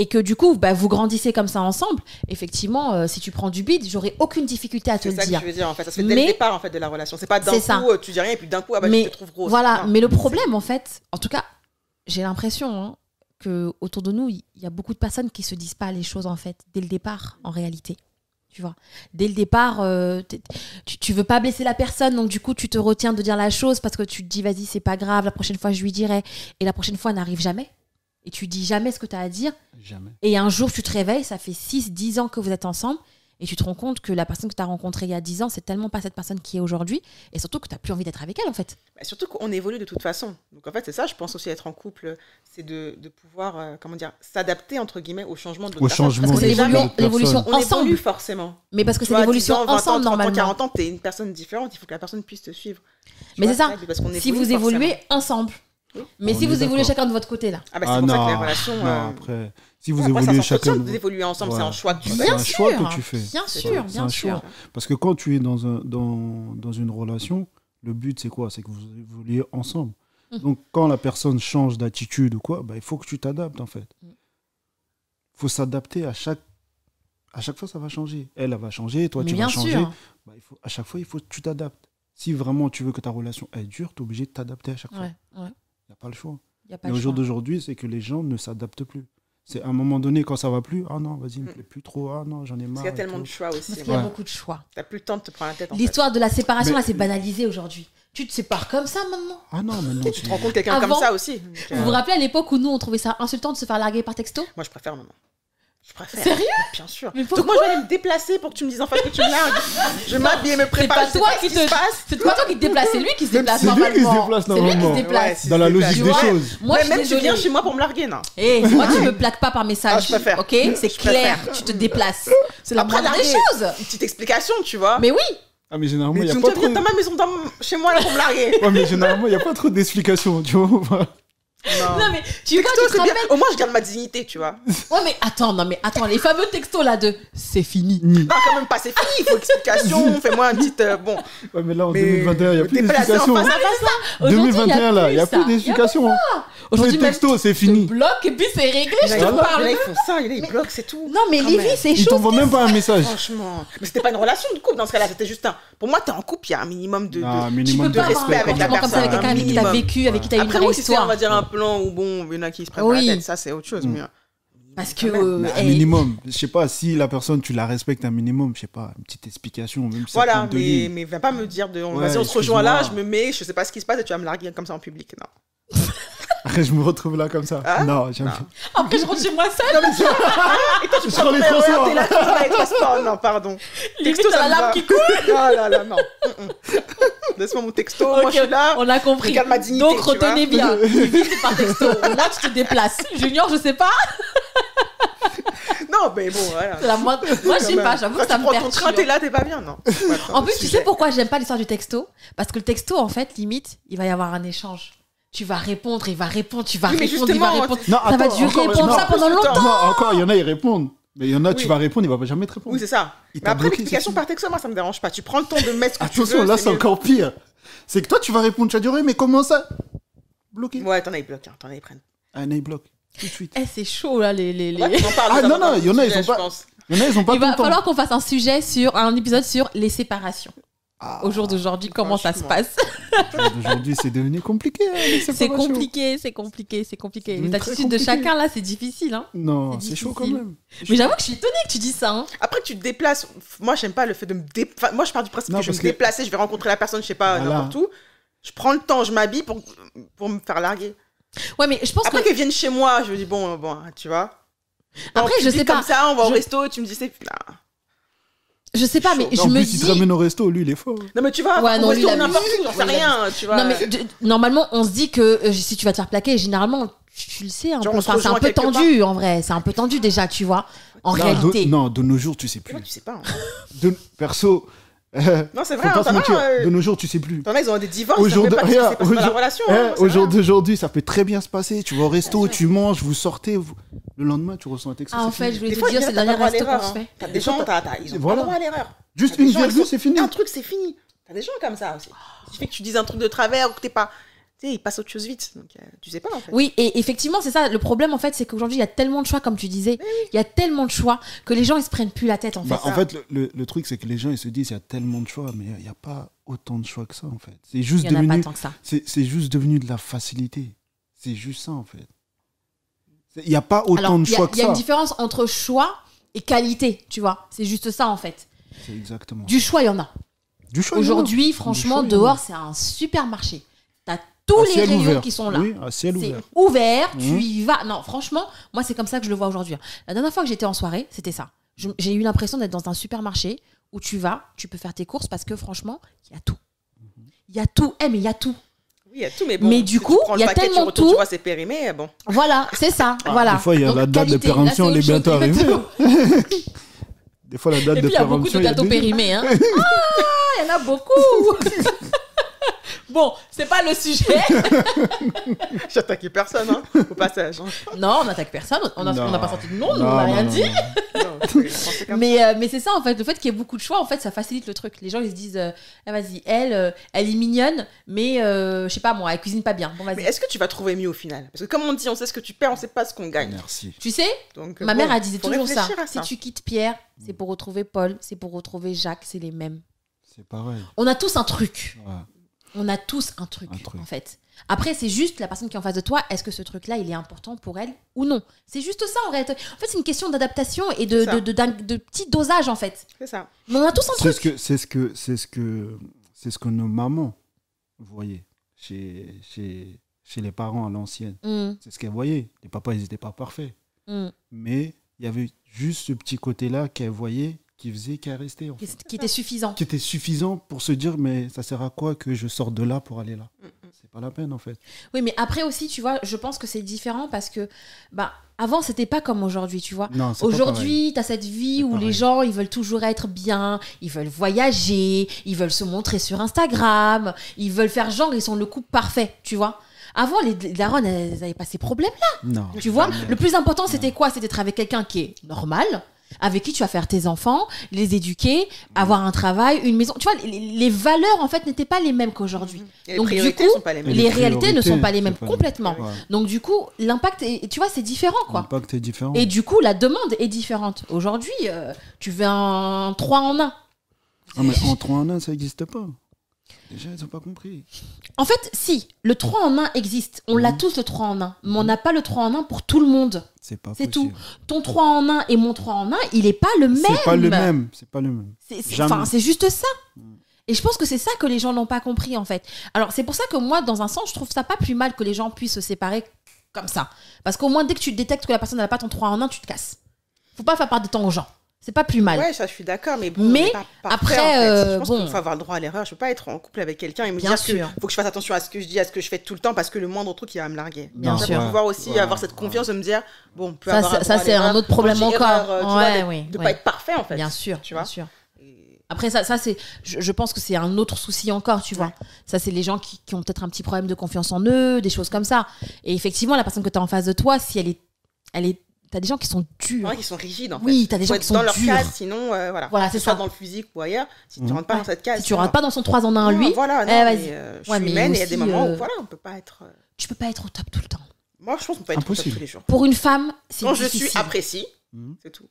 S1: Et que du coup, bah, vous grandissez comme ça ensemble. Effectivement, euh, si tu prends du bide, j'aurai aucune difficulté à te
S3: C'est
S1: le
S3: ça
S1: dire.
S3: que je veux dire en fait. Ça se fait dès
S1: Mais-
S3: le départ en fait de la relation. C'est pas d'un
S1: C'est
S3: coup
S1: ça.
S3: euh, tu dis rien et puis d'un coup ah bah
S1: Mais
S3: je te trouve grosse.
S1: Voilà,
S3: Non.
S1: mais le problème en fait, en tout cas, j'ai l'impression hein, que autour de nous, il y a beaucoup de personnes qui se disent pas les choses en fait dès le départ en réalité. Tu vois, dès le départ, euh, t'es- tu, tu veux pas blesser la personne, donc du coup, tu te retiens de dire la chose parce que tu te dis vas-y, c'est pas grave, la prochaine fois je lui dirai et la prochaine fois n'arrive jamais. Et tu dis jamais ce que tu as à dire
S2: Jamais.
S1: et un jour tu te réveilles, ça fait 6 10 ans que vous êtes ensemble Et tu te rends compte que la personne que tu as rencontrée il y a 10 ans, c'est tellement pas cette personne qui est aujourd'hui. Et surtout que tu n'as plus envie d'être avec elle, en fait.
S3: Bah, surtout qu'on évolue de toute façon. Donc en fait, c'est ça, je pense aussi être en couple, c'est de, de pouvoir, euh, comment dire, s'adapter, entre guillemets, au changement de l'autre
S2: Au
S3: personne.
S2: changement
S1: Parce que
S2: de
S1: c'est
S2: l'autre
S1: l'évolution-
S2: personne.
S1: l'évolution
S3: On évolue
S1: ensemble.
S3: forcément.
S1: Mais parce que
S3: Tu
S1: c'est
S3: vois,
S1: l'évolution
S3: 10 ans, 20 ans,
S1: ensemble,
S3: 30 ans,
S1: normalement.
S3: 40 ans, t'es une personne différente, il faut que la personne puisse te suivre. Tu
S1: Mais
S3: vois,
S1: c'est ça.
S3: mais parce qu'on
S1: Si
S3: évolue
S1: vous
S3: forcément.
S1: évoluez ensemble.
S3: Oui.
S1: Mais
S2: On
S1: si
S2: est
S1: vous évoluez
S2: d'accord.
S1: chacun de votre côté, là.
S3: Ah bah c'est
S2: Ah
S3: pour ça que
S2: non,
S3: les relations.
S2: non,
S3: euh,
S2: après, si vous
S3: après, ça
S2: évoluez
S3: s'entretient
S2: chacun. de-
S3: d'évoluer ensemble,
S2: Ouais.
S3: c'est un choix que tu
S2: Ouais.
S3: fais.
S2: C'est
S1: Bien
S2: un
S1: sûr,
S2: choix que tu fais.
S1: Bien
S2: C'est
S1: sûr,
S2: un- c'est
S1: bien
S2: un
S1: sûr.
S2: choix. Parce que quand tu es dans, un, dans, dans une relation, le but, c'est quoi C'est que vous évoluez ensemble.
S1: Mhm.
S2: Donc, quand la personne change d'attitude ou quoi, bah, il faut que tu t'adaptes, en fait.
S1: Mhm.
S2: faut s'adapter à chaque... À chaque fois, ça va changer. Elle, elle va changer, toi, tu
S1: bien
S2: vas changer.
S1: sûr.
S2: Bah, il faut, à chaque fois, il faut que tu t'adaptes. Si vraiment tu veux que ta relation elle dure, tu es obligé de t'adapter à chaque fois.
S1: Ouais, ouais.
S2: Il n'y a pas le choix.
S1: Y a pas
S2: Mais
S1: le
S2: au jour
S1: choix.
S2: d'aujourd'hui, c'est que les gens ne s'adaptent plus. C'est à un moment donné, quand ça va plus, ah non, vas-y, il me
S3: Mm.
S2: plaît plus trop, ah non, j'en ai
S3: Parce
S2: marre.
S3: qu'il y a
S2: et
S3: tellement
S2: tout.
S3: de choix aussi.
S1: Parce qu'il y a
S2: Ouais.
S1: beaucoup de choix.
S3: T'as plus le temps de te prendre la tête. En fait.
S1: L'histoire de la séparation,
S2: Mais-
S1: elle s'est banalisée aujourd'hui. Tu te sépares comme ça maintenant
S2: Ah non, mais non.
S3: [laughs] Tu te rends compte quelqu'un
S1: Avant-
S3: comme ça aussi. Donc, euh,
S1: Vous vous rappelez à l'époque où nous on trouvait ça insultant de se faire larguer par texto
S3: Moi, je préfère maman. Je préfère.
S1: Sérieux
S3: Bien sûr.
S1: Mais
S3: Donc moi, je vais aller me déplacer pour que tu me dises enfin que tu me largues.
S1: [laughs]
S3: Je m'habille, me
S1: C'est
S3: prépare.
S1: pas
S3: je sais
S1: toi
S3: ce
S1: qui te
S3: se passe.
S1: C'est toi toi qui te déplaces, c'est lui qui se déplace
S2: C'est lui qui se
S1: normalement.
S2: déplace
S1: C'est lui qui se
S2: normalement.
S1: déplace.
S3: Ouais,
S2: Dans la logique
S1: Tu
S2: des
S1: vois
S2: choses.
S1: Moi,
S3: Ouais,
S1: je suis
S3: même tu viens
S1: désolée.
S3: chez moi pour me larguer, non.
S1: [laughs] Eh, moi, tu me plaques pas par
S3: Ah,
S1: message.
S3: je préfère.
S1: Ok C'est
S3: Je
S1: clair.
S3: préfère.
S1: Tu te déplaces. C'est la
S3: Après,
S1: moindre des
S3: larguer.
S1: choses.
S3: Une petite explication, tu vois.
S1: Mais oui,
S2: Ah, mais généralement, il
S3: Mais
S2: n'y
S3: tu
S2: a
S3: me
S2: pas
S3: viens
S2: trop.
S3: dans ma maison, dans... chez moi, là, pour me larguer.
S2: [laughs] Ouais, mais généralement, il n'y a pas trop d'explications, tu vois.
S3: [laughs] Non.
S1: non mais tu vois,
S3: Toi,
S1: tu te
S3: c'est bien.
S1: rappelles.
S3: Au moins, je garde ma dignité,
S1: [laughs]
S3: tu vois.
S1: Ouais, mais attends, non mais attends, les fameux textos là de c'est fini.
S3: Non, quand même pas, c'est fini, il
S1: [laughs]
S3: faut explication, fais-moi un petit... euh, bon,
S2: Ouais, mais là, en
S3: mais
S2: 2021, il n'y a plus
S3: t'es placé en
S2: d'explications. hein.
S3: face à face, là.
S1: Aujourd'hui,
S2: 2021, là, il n'y a plus
S1: ça.
S2: d'explications. hein. Tous les
S1: Aujourd'hui, même
S2: textos, c'est
S1: tu
S2: fini.
S1: bloques et puis c'est réglé.
S3: Il y
S1: Je te
S3: en a, il y en a,
S1: parle.
S3: ils font ça, il y en a, ils bloquent, c'est tout.
S1: Non mais
S3: Quand
S1: Livy,
S3: même.
S1: c'est
S2: Ils
S1: chaud.
S2: t'envoient même pas un message.
S3: Franchement. Mais c'était pas une relation de couple dans ce cas-là, c'était juste un. Pour moi, t'es en couple, il y a un minimum de. de-
S2: Ah,
S1: Tu
S2: minimum
S1: peux
S2: de
S1: pas avoir
S2: respect.
S1: un
S3: avec la
S1: comportement comme ça avec
S3: personne,
S1: quelqu'un avec qui t'as
S3: minimum.
S1: vécu, avec qui t'as eu une
S3: Après,
S1: vraie
S3: oui, si c'est, on
S1: histoire.
S3: va dire, un plan où bon, il y en a qui se prennent
S1: Oui.
S3: la tête, ça, c'est autre chose.
S2: Mm.
S3: Mais... euh,
S1: Parce que.
S3: Quand même.
S1: euh,
S2: Mais un
S1: hey,
S2: Ah, minimum. Je sais pas si la personne, tu la respectes un minimum. Je sais pas, une petite explication, même si ça
S3: Voilà,
S2: compte deux
S3: mais,
S2: lignes.
S3: mais viens pas me dire de. on-
S2: Ouais,
S3: Vas-y, on se rejoint
S2: excuse-moi.
S3: là, je me mets, je sais pas ce qui se passe et tu vas me larguer comme ça en public. Non.
S2: [laughs] Après, je me retrouve là comme ça.
S3: Ah
S2: non, j'aime
S3: Non.
S2: pas.
S1: eh. Après, je rentre chez moi seule.
S3: Et toi, tu
S2: Je
S3: prends
S2: prends les
S3: ton RER,
S2: transports.
S3: t'es là, tu vas dans les transports. Non, pardon.
S2: [laughs]
S1: Limite,
S3: Texto,
S1: t'as
S3: ça
S1: la
S3: me va.
S1: larme qui coule.
S3: Oh là là, non. Mm-mm. Laisse-moi mon texto, moi
S1: Ok,
S3: je suis là.
S1: On a compris.
S3: Regarde ma dignité,
S1: Donc
S3: tu vois.
S1: retenez bien. Livy, c'est par texto. Moi, tu te déplaces. Junior, je sais pas.
S3: Non, mais bon, voilà.
S1: c'est [laughs] la moindre- Moi, je sais pas. J'avoue que ça
S3: tu
S1: me
S3: prends ton train, t'es
S1: perturbe.
S3: là, t'es pas bien, non
S1: En plus, tu sais pourquoi j'aime pas l'histoire du texto Parce que le texto, en fait, limite, il va y avoir un échange. Tu vas répondre, il va répondre, tu vas
S3: Oui, mais
S1: répondre, il va
S3: justement,
S1: répondre.
S2: [laughs] Non,
S1: Ça va
S2: attends,
S1: durer
S2: encore,
S1: pour
S2: non,
S1: ça pendant
S3: plus de temps.
S1: longtemps.
S2: Non, encore, il y en a, ils répondent. Mais il y en a, tu
S3: Oui.
S2: vas répondre, il va jamais te répondre.
S3: Oui, c'est ça.
S2: Il
S3: Mais
S2: t'a
S3: après,
S2: bloqué,
S3: l'explication
S2: c'est
S3: par texto, moi, ça me dérange pas. Tu prends le temps de mettre ce que tu
S2: Attention,
S3: veux.
S2: là, c'est
S3: mieux.
S2: encore pire. C'est que toi, tu vas répondre, tu vas dire, Ouais, mais comment ça Bloqué.
S3: Ouais, t'en as, ils bloquent, hein, t'en as, ils prennent.
S2: Ah, il y en a, ils bloquent. Tout de suite.
S1: Eh, c'est chaud là, les. les, les-
S3: Ouais, ils en parlent,
S2: Ah,
S3: ils en
S2: non, non,
S3: parlent,
S2: il y en a, ils
S3: je
S2: ont pas-
S3: pense.
S2: Il y en a, ils ont pas
S1: Il va
S2: tout le temps.
S1: falloir qu'on fasse un sujet sur un épisode sur les séparations.
S2: Ah.
S1: Au jour d'aujourd'hui, comment ça se
S3: franchement.
S1: passe
S2: Aujourd'hui, c'est devenu compliqué. hein, les
S1: C'est
S2: séparations.
S1: compliqué, c'est compliqué, c'est compliqué.
S2: C'est
S1: Les
S2: devenu très
S1: attitudes de
S2: compliqué.
S1: chacun là, c'est difficile. Hein.
S2: Non,
S1: C'est
S2: c'est chaud quand
S1: difficile.
S2: même.
S1: Mais j'avoue que je suis étonnée que tu dis ça. Hein.
S3: Après, tu te déplaces. Moi, j'aime pas le fait de me déplacer. moi, je pars du principe
S2: Non,
S3: que je vais
S2: parce
S3: me
S2: que-
S3: déplacer, je vais rencontrer la personne, je sais pas,
S2: Voilà.
S3: n'importe où. Je prends le temps, je m'habille pour, pour me faire larguer.
S1: Ouais, mais je pense
S3: Après
S1: que.
S3: qu'elle vienne chez moi, je me dis, bon, bon, hein, tu vois. Dans
S1: Après,
S3: le
S1: je
S3: public
S1: sais pas.
S3: Comme ça, on va au
S1: Je-
S3: resto et tu me dis, c'est. putain.
S1: Je sais pas, mais
S3: chaud.
S1: je
S2: En
S1: me
S2: plus, il te
S1: dis.
S2: ramène au resto, lui, il est fort.
S3: Non, mais tu vois,
S1: Ouais,
S3: au
S1: non, lui,
S3: resto,
S1: il a
S3: n'importe
S1: vu.
S3: où, j'en
S1: Ouais,
S3: sais
S1: il a
S3: rien, tu vois.
S1: Non, mais de- normalement, on se dit que euh, si tu vas te faire plaquer, généralement, tu, tu le sais, un
S3: Genre,
S1: peu.
S3: on se
S1: Enfin, c'est un
S3: rejoint
S1: peu
S3: quelque
S1: tendu en vrai. C'est un peu tendu déjà, tu vois, en
S2: Là,
S1: réalité.
S2: de- non, de nos jours, tu sais
S3: Tu
S2: plus.
S3: vois, tu sais pas. hein.
S2: De, perso, [laughs] euh,
S3: Non, c'est vrai,
S2: faut
S3: hein,
S2: pas se
S3: t'en
S2: mentir.
S3: as.
S2: De
S3: euh,
S2: nos jours, tu sais plus.
S3: T'en as, ils ont des divorces.
S2: Aujourd'hui-
S3: Aujourd'hui, ça fait pas
S2: regarde,
S3: de- c'est pas- c'est pas la
S2: aujourd'hui-
S3: relation.
S2: Eh,
S3: hein, c'est
S2: au jour
S3: vrai.
S2: d'aujourd'hui, ça peut très bien se passer. Tu vas au resto, tu manges, vous sortez. vous- Le lendemain, tu ressens un texte.
S1: Ah, en
S2: c'est
S1: fait,
S2: fini.
S1: je voulais
S3: Des
S1: vous
S3: fois,
S1: dire,
S3: il y
S1: c'est
S3: en a,
S1: le
S3: t'as
S1: dernier
S3: pas le droit à
S1: resto qu'on
S3: l'erreur,
S1: se fait.
S3: hein. T'as des
S2: Et toi,
S3: gens,
S2: t'as-
S3: t'as- t'as- ils ont pas
S2: Voilà.
S3: le droit à l'erreur.
S2: Juste
S3: T'as des
S2: une
S3: gens, ils
S2: virgule,
S3: sont-
S2: c'est fini.
S3: Un truc, c'est fini. T'as des gens comme ça aussi. Il suffit que tu dises un truc de travers ou que t'es pas. Tu sais, ils passent autre chose vite. Donc, euh, tu sais pas, en fait.
S1: Oui, et effectivement, c'est ça. Le problème, en fait, c'est qu'aujourd'hui, il y a tellement de choix, comme tu disais. Il y a tellement de choix que les gens, ils se prennent plus la tête, en fait.
S2: Bah, en
S3: ça.
S2: fait, le, le- le truc, c'est que les gens, ils se disent, il y a tellement de choix, mais il n'y a pas autant de choix que ça, en fait. C'est juste
S1: Il y en a pas
S2: devenu,
S1: tant que ça.
S2: c'est c'est juste devenu de la facilité. C'est juste ça, en fait. C'est- Il n'y a pas autant
S1: Alors,
S2: de
S1: il y, a-
S2: choix que
S1: il y a
S2: ça.
S1: une différence entre choix et qualité, tu vois. C'est juste ça, en fait.
S2: C'est exactement.
S1: Du choix, il y en a.
S2: Du choix. il y en a.
S1: Aujourd'hui, franchement,
S2: choix, il y en a.
S1: dehors, c'est un supermarché. T'as tous
S2: À
S1: les
S2: ciel
S1: rayons
S2: ouvert.
S1: qui sont là.
S2: Oui, à ciel
S1: C'est
S2: ouvert.
S1: ouvert, tu
S2: Mhm.
S1: hein. y vas. Non, franchement, moi, c'est comme ça que je le vois aujourd'hui. La dernière fois que j'étais en soirée, c'était ça. je- j'ai eu l'impression d'être dans un supermarché où tu vas, tu peux faire tes courses parce que franchement, il y a tout. Il y a tout. Eh, mais il y a tout.
S3: Oui, il y a tout, mais bon.
S1: Mais du
S3: si tu
S1: coup,
S3: prends
S1: il
S3: le
S1: y a
S3: paquet, tu
S1: tellement
S3: retournes,
S1: tout.
S3: Tu vois, c'est périmé, [laughs] bon.
S1: Voilà, c'est ça. voilà.
S2: Ah, Des fois, il y a
S1: Donc,
S2: la date de
S1: qualité, là,
S2: péremption,
S1: c'est
S2: elle est
S1: autre chose,
S2: bientôt arrivée.
S1: exactement.
S2: Des fois, la date
S1: Et
S2: de
S1: puis il y a beaucoup de
S2: péremption, il y a
S1: gâteaux
S2: deux-
S1: périmés. Hein. ah, il y en a beaucoup. [laughs] bon, c'est pas le sujet.
S3: J'attaquais personne,
S2: [laughs]
S3: hein, au passage. hein.
S1: [laughs] Non, on n'attaque personne. On n'a
S2: Non.
S1: on n'a pas sorti de nom,
S2: Non,
S1: nous, on n'a
S2: non,
S1: rien
S2: non,
S1: dit.
S2: non.
S3: Non, c'est- c'est comme-
S1: Mais, euh, mais c'est ça, en fait. Le fait qu'il y ait beaucoup de choix, en fait, ça facilite le truc. Les gens, ils se disent euh, Ah, vas-y, elle, euh, elle est mignonne, mais euh, je sais pas moi, elle cuisine pas bien. Bon,
S3: Mais
S1: vas-y.
S3: est-ce que tu vas trouver mieux au final Parce que comme on dit, on sait ce que tu perds, on sait pas ce qu'on gagne.
S2: Merci.
S1: Tu sais,
S3: Donc,
S1: ma
S3: bon,
S1: mère, elle disait
S3: faut
S1: toujours ça.
S3: réfléchir à
S1: Si tu quittes Pierre, c'est pour retrouver Paul, c'est pour retrouver Jacques, c'est les mêmes.
S2: C'est pareil.
S1: On a tous un truc.
S2: Ouais.
S1: On a tous un truc,
S2: Un truc.
S1: en fait. Après, c'est juste la personne qui est en face de toi, est-ce que ce truc-là, il est important pour elle ou non C'est juste ça, en réalité. En fait, c'est une question d'adaptation et de,
S3: C'est ça.
S1: de, de, d'un- de petit dosage, en fait.
S3: C'est ça.
S1: Mais on a tous un
S2: C'est
S1: truc.
S2: ce que c'est ce que c'est ce que c'est ce que nos mamans voyaient chez chez chez les parents à l'ancienne.
S1: Mm,
S2: C'est ce qu'elles voyaient. Les papas, ils n'étaient pas parfaits,
S1: mm.
S2: mais il y avait juste ce petit côté-là qu'elles voyaient, qui faisait qu'elles restaient, en fait.
S1: Qui qui était suffisant.
S2: qui était suffisant pour se dire mais ça sert à quoi que je sors de là pour aller là
S1: Mm,
S2: C'est pas la peine en fait.
S1: Oui, mais après aussi, tu vois, je pense que c'est différent parce que bah, avant, c'était pas comme aujourd'hui, tu vois.
S2: Non, c'est pas pareil.
S1: Aujourd'hui, tu as cette vie
S2: C'est
S1: où les
S2: pareil.
S1: gens, ils veulent toujours être bien, ils veulent voyager, ils veulent se montrer sur Instagram, ils veulent faire genre, ils sont le couple parfait, tu vois. Avant, les les darons, elles n'avaient pas ces problèmes-là,
S2: non.
S1: tu vois.
S2: Non.
S1: Le plus important, c'était quoi C'était d'être avec quelqu'un qui est normal, avec qui tu vas faire tes enfants, les éduquer, avoir un travail, une maison. Tu vois, les, les valeurs, en fait, n'étaient pas les mêmes qu'aujourd'hui.
S3: Et les
S1: Donc, du
S3: priorités
S1: coup,
S3: sont pas les
S2: Et
S3: mêmes.
S1: les réalités ne sont pas les mêmes,
S2: c'est pas
S1: complètement.
S2: Ouais.
S1: Donc du coup, l'impact, est, tu vois, c'est différent quoi.
S2: L'impact est différent.
S1: Et du coup, la demande est différente. Aujourd'hui, euh, tu veux un 3 en 1.
S2: Ah,
S1: [laughs]
S2: mais en 3 en 1, ça n'existe pas. Déjà, ils n'ont pas compris.
S1: En fait, si, le 3 en 1 existe. On
S2: Mhm.
S1: l'a tous le 3 en 1. Mais on n'a pas le 3 en 1 pour tout le monde.
S2: C'est pas
S1: C'est
S2: possible.
S1: Ton 3 en 1 et mon 3 en 1, il n'est pas le même.
S2: C'est pas le même. C'est pas le même.
S1: C'est- c'est-
S2: Jamais. Mm.
S1: Enfin, c'est juste ça. Et je pense que c'est ça que les gens n'ont pas compris en fait. Alors c'est pour ça que moi, dans un sens, je trouve ça pas plus mal que les gens puissent se séparer comme ça. Parce qu'au moins, dès que tu détectes que la personne n'a pas ton 3 en 1, tu te casses. Faut pas faire part de temps aux gens. C'est pas plus mal.
S3: Ouais, ça, je suis d'accord, mais bon,
S1: Mais
S3: on est pas parfait,
S1: après,
S3: en fait.
S1: euh,
S3: je pense
S1: bon.
S3: qu'il faut avoir le droit à l'erreur. Je peux pas être en couple avec quelqu'un et me
S1: Bien
S3: dire
S1: sûr.
S3: que faut que je fasse attention à ce que je dis, à ce que je fais tout le temps, parce que le moindre truc, il va me larguer.
S1: Bien
S3: Ça,
S1: sûr.
S3: Pour pouvoir aussi
S2: Ouais,
S3: avoir cette confiance de me dire, bon, on peut
S1: Ça,
S3: avoir
S1: c'est-
S3: droit
S1: ça,
S3: à
S1: c'est
S3: l'erreur.
S1: un autre problème
S3: Quand je dis
S1: encore.
S3: erreur, euh, tu vois,
S1: Ouais,
S3: de-
S1: oui,
S3: De
S1: ouais.
S3: pas être parfait, en fait.
S1: Bien sûr,
S3: Tu
S1: bien
S3: vois
S1: sûr.
S3: Et-
S1: Après ça, ça c'est, je, je pense que c'est un autre souci encore, tu vois.
S3: Ouais.
S1: Ça c'est les gens qui, qui ont peut-être un petit problème de confiance en eux, des choses comme ça. Et effectivement, la personne que tu as en face de toi, si elle est, elle est, t'as des gens qui sont durs.
S3: Ouais, qui sont rigides en
S1: Oui,
S3: fait.
S1: t'as des
S3: Faut
S1: gens
S3: être
S1: qui sont
S3: dans leur
S1: durs.
S3: case, sinon euh, voilà.
S1: Voilà,
S3: Que
S1: c'est
S3: ce soit
S1: ça.
S3: dans le physique ou ailleurs, si
S2: Mhm.
S3: tu rentres pas dans cette case.
S1: si tu rentres pas dans son 3 en 1 lui,
S3: Voilà,
S1: eh,
S3: non,
S1: vas-y.
S3: mais, euh, je
S1: Ouais,
S3: suis
S1: mais
S3: humaine et il y a
S1: aussi,
S3: des moments
S1: euh,
S3: où voilà, on peut pas être. euh,
S1: tu peux pas être au top tout le temps.
S3: Moi, je pense qu'on peut être
S2: Impossible.
S3: Impossible. tous les jours.
S1: Pour une femme, c'est
S3: Quand je
S1: difficile.
S3: suis [laughs] appréciée,
S2: Mhm.
S3: c'est tout.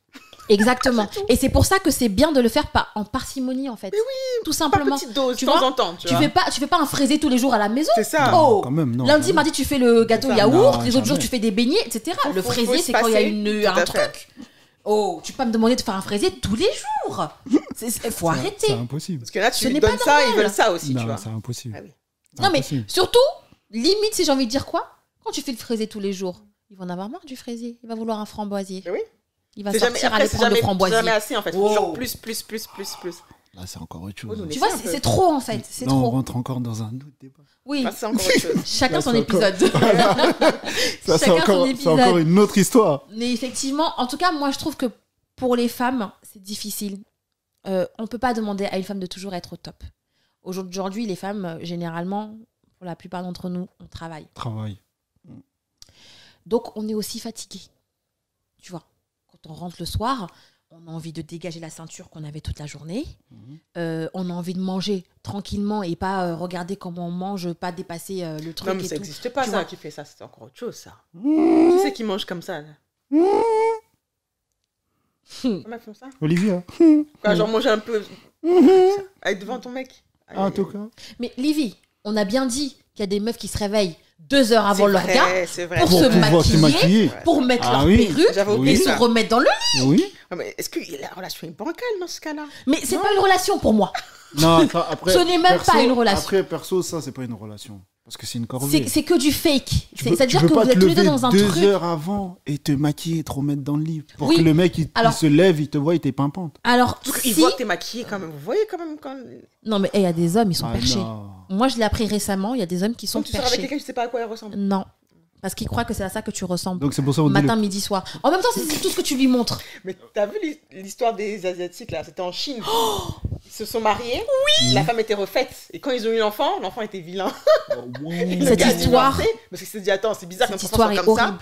S1: Exactement. Et c'est pour ça que c'est bien de le faire pas en parcimonie en fait. tout
S3: Pas
S1: simplement.
S3: petite dose,
S1: Tu
S3: de temps
S1: vois,
S3: en temps, tu,
S1: Tu
S3: vois.
S1: fais pas, tu fais pas un fraisé tous les jours à la maison.
S3: C'est ça.
S1: Oh.
S2: Quand même, non.
S1: Lundi,
S2: quand même.
S1: mardi, tu fais le gâteau
S3: C'est ça.
S1: yaourt.
S2: Non,
S1: les autres jours,
S2: jamais.
S1: tu fais des beignets, etc.
S3: Faut-
S1: le
S3: faut-
S1: fraisé,
S3: faut se
S1: c'est quand il y a
S3: passer,
S1: une,
S3: tout à
S1: un
S3: fait.
S1: truc. Oh, tu peux pas me demander de faire un fraisé tous les jours. C'est- c'est- faut
S2: C'est-
S1: arrêter.
S2: C'est impossible.
S3: Parce que là,
S1: Ce
S3: tu lui
S1: n'est pas
S3: donnes ça, ils
S1: normal.
S3: veulent ça aussi, tu
S2: Non,
S3: vois.
S2: c'est impossible.
S3: Ah oui.
S2: C'est
S1: Non, mais
S2: impossible.
S1: surtout, limite, si j'ai envie de dire quoi, quand tu fais le fraisé tous les jours, il va en avoir marre du fraisé. Il va vouloir un framboisier.
S3: Mais oui.
S1: Il va
S3: C'est
S1: sortir
S3: jamais,
S1: aller
S3: après, c'est
S1: prendre le
S3: jamais, c'est
S1: framboisier. Oh.
S3: jamais assez en fait.
S1: Wow.
S3: Toujours plus, plus, plus, plus, plus.
S2: Là, c'est encore autre
S3: Oh,
S2: chose.
S3: non, mais
S1: Tu vois,
S3: c'est un
S1: c'est
S3: peu-
S1: c'est trop en fait. C'est
S2: Là, on
S1: trop.
S2: rentre encore dans un autre débat.
S1: Oui.
S3: Là, c'est encore autre chose.
S1: Chacun
S2: Là,
S1: son
S2: c'est encore-
S1: épisode.
S2: [laughs]
S1: Chacun
S2: Ça, c'est
S1: son
S2: encore, c'est
S1: épisode.
S2: encore une autre histoire.
S1: Mais effectivement, en tout cas, moi, je trouve que pour les femmes, c'est difficile. Euh, on peut pas demander à une femme de toujours être au top. Aujourd'hui, les femmes, euh, généralement, pour la plupart d'entre nous, on travaille.
S2: Travail.
S1: Donc, on est aussi fatigué. Tu vois, quand on rentre le soir, on a envie de dégager la ceinture qu'on avait toute la journée.
S2: Mhm.
S1: Euh, on a envie de manger tranquillement et pas euh, regarder comment on mange, pas dépasser euh, le [laughs] truc
S3: Non, mais
S1: et
S3: ça
S1: tout.
S3: n'existe pas,
S1: Tu
S3: ça,
S1: vois. Hmm.
S3: qui fait ça. C'est encore autre chose, ça.
S2: Mmh.
S3: Qui c'est qui mange comme ça là Comment ils font ça
S2: Olivia.
S3: Quoi,
S1: Hmm.
S2: Mmh.
S3: genre manger un peu. Avec devant ton mec.
S2: Ah, en tout cas.
S1: Mais Livy, on a bien dit qu'il y a des meufs qui se réveillent deux heures avant
S3: C'est vrai,
S1: l'orgasme
S3: C'est vrai.
S1: Pour
S2: Pour
S1: se
S2: pouvoir se
S1: maquiller.
S2: maquiller.
S1: pour mettre
S2: Ah
S1: leur
S2: oui,
S1: perruque
S3: j'avoue
S1: et
S3: que
S1: se
S3: ça.
S1: remettre dans le lit.
S2: Oui.
S3: Ah, mais Est-ce que la relation est bancale dans ce cas-là
S1: Mais c'est
S3: Non.
S1: pas une relation pour moi.
S2: Non, ça, après,
S1: [laughs] Ce n'est même pas une relation.
S2: Après, perso, ça, c'est pas une relation. Parce que c'est une corvée.
S1: C'est c'est que du fake.
S2: Tu
S1: C'est-
S2: peux-
S1: C'est-à-dire
S2: tu
S1: que
S2: peux
S1: vous
S2: pas
S1: êtes
S2: te
S1: tous les deux
S2: lever
S1: dans un
S2: deux
S1: truc.
S2: heures avant et te maquiller et te remettre dans le lit pour
S1: Oui.
S2: que le mec il, il
S1: Alors-
S2: se lève, il te voit, il t'est pimpante.
S1: Alors,
S3: Parce qu'ils
S1: si.
S3: voient que t'es maquillée quand même. Vous voyez quand même quand.
S1: Non, mais eh, il y a des hommes, ils sont
S2: Ah,
S1: perchés.
S2: non.
S1: Moi, je l'ai appris récemment, il y a des hommes qui sont
S3: Quand tu sors avec
S1: perchés.
S3: quelqu'un, je sais pas à quoi elle ressemble.
S1: Non. Parce qu'ils croient que c'est à ça que tu ressembles.
S2: Donc c'est pour ça qu'on dit
S1: Matin, midi, soir. En même temps, c'est c'est tout ce que tu lui montres.
S3: Mais t'as vu l'hi- l'histoire des Asiatiques là C'était en Chine. ils se sont mariés. Oui. La femme était refaite. Et quand ils ont eu l'enfant, l'enfant était vilain.
S2: le-
S3: Le
S1: [laughs] Cette
S3: gars a
S1: histoire-
S3: divorcé Parce qu'il s'est dit attends, c'est bizarre
S1: Cette
S3: qu'un
S1: histoire
S3: enfant
S1: est
S3: soit comme ça.
S1: horrible.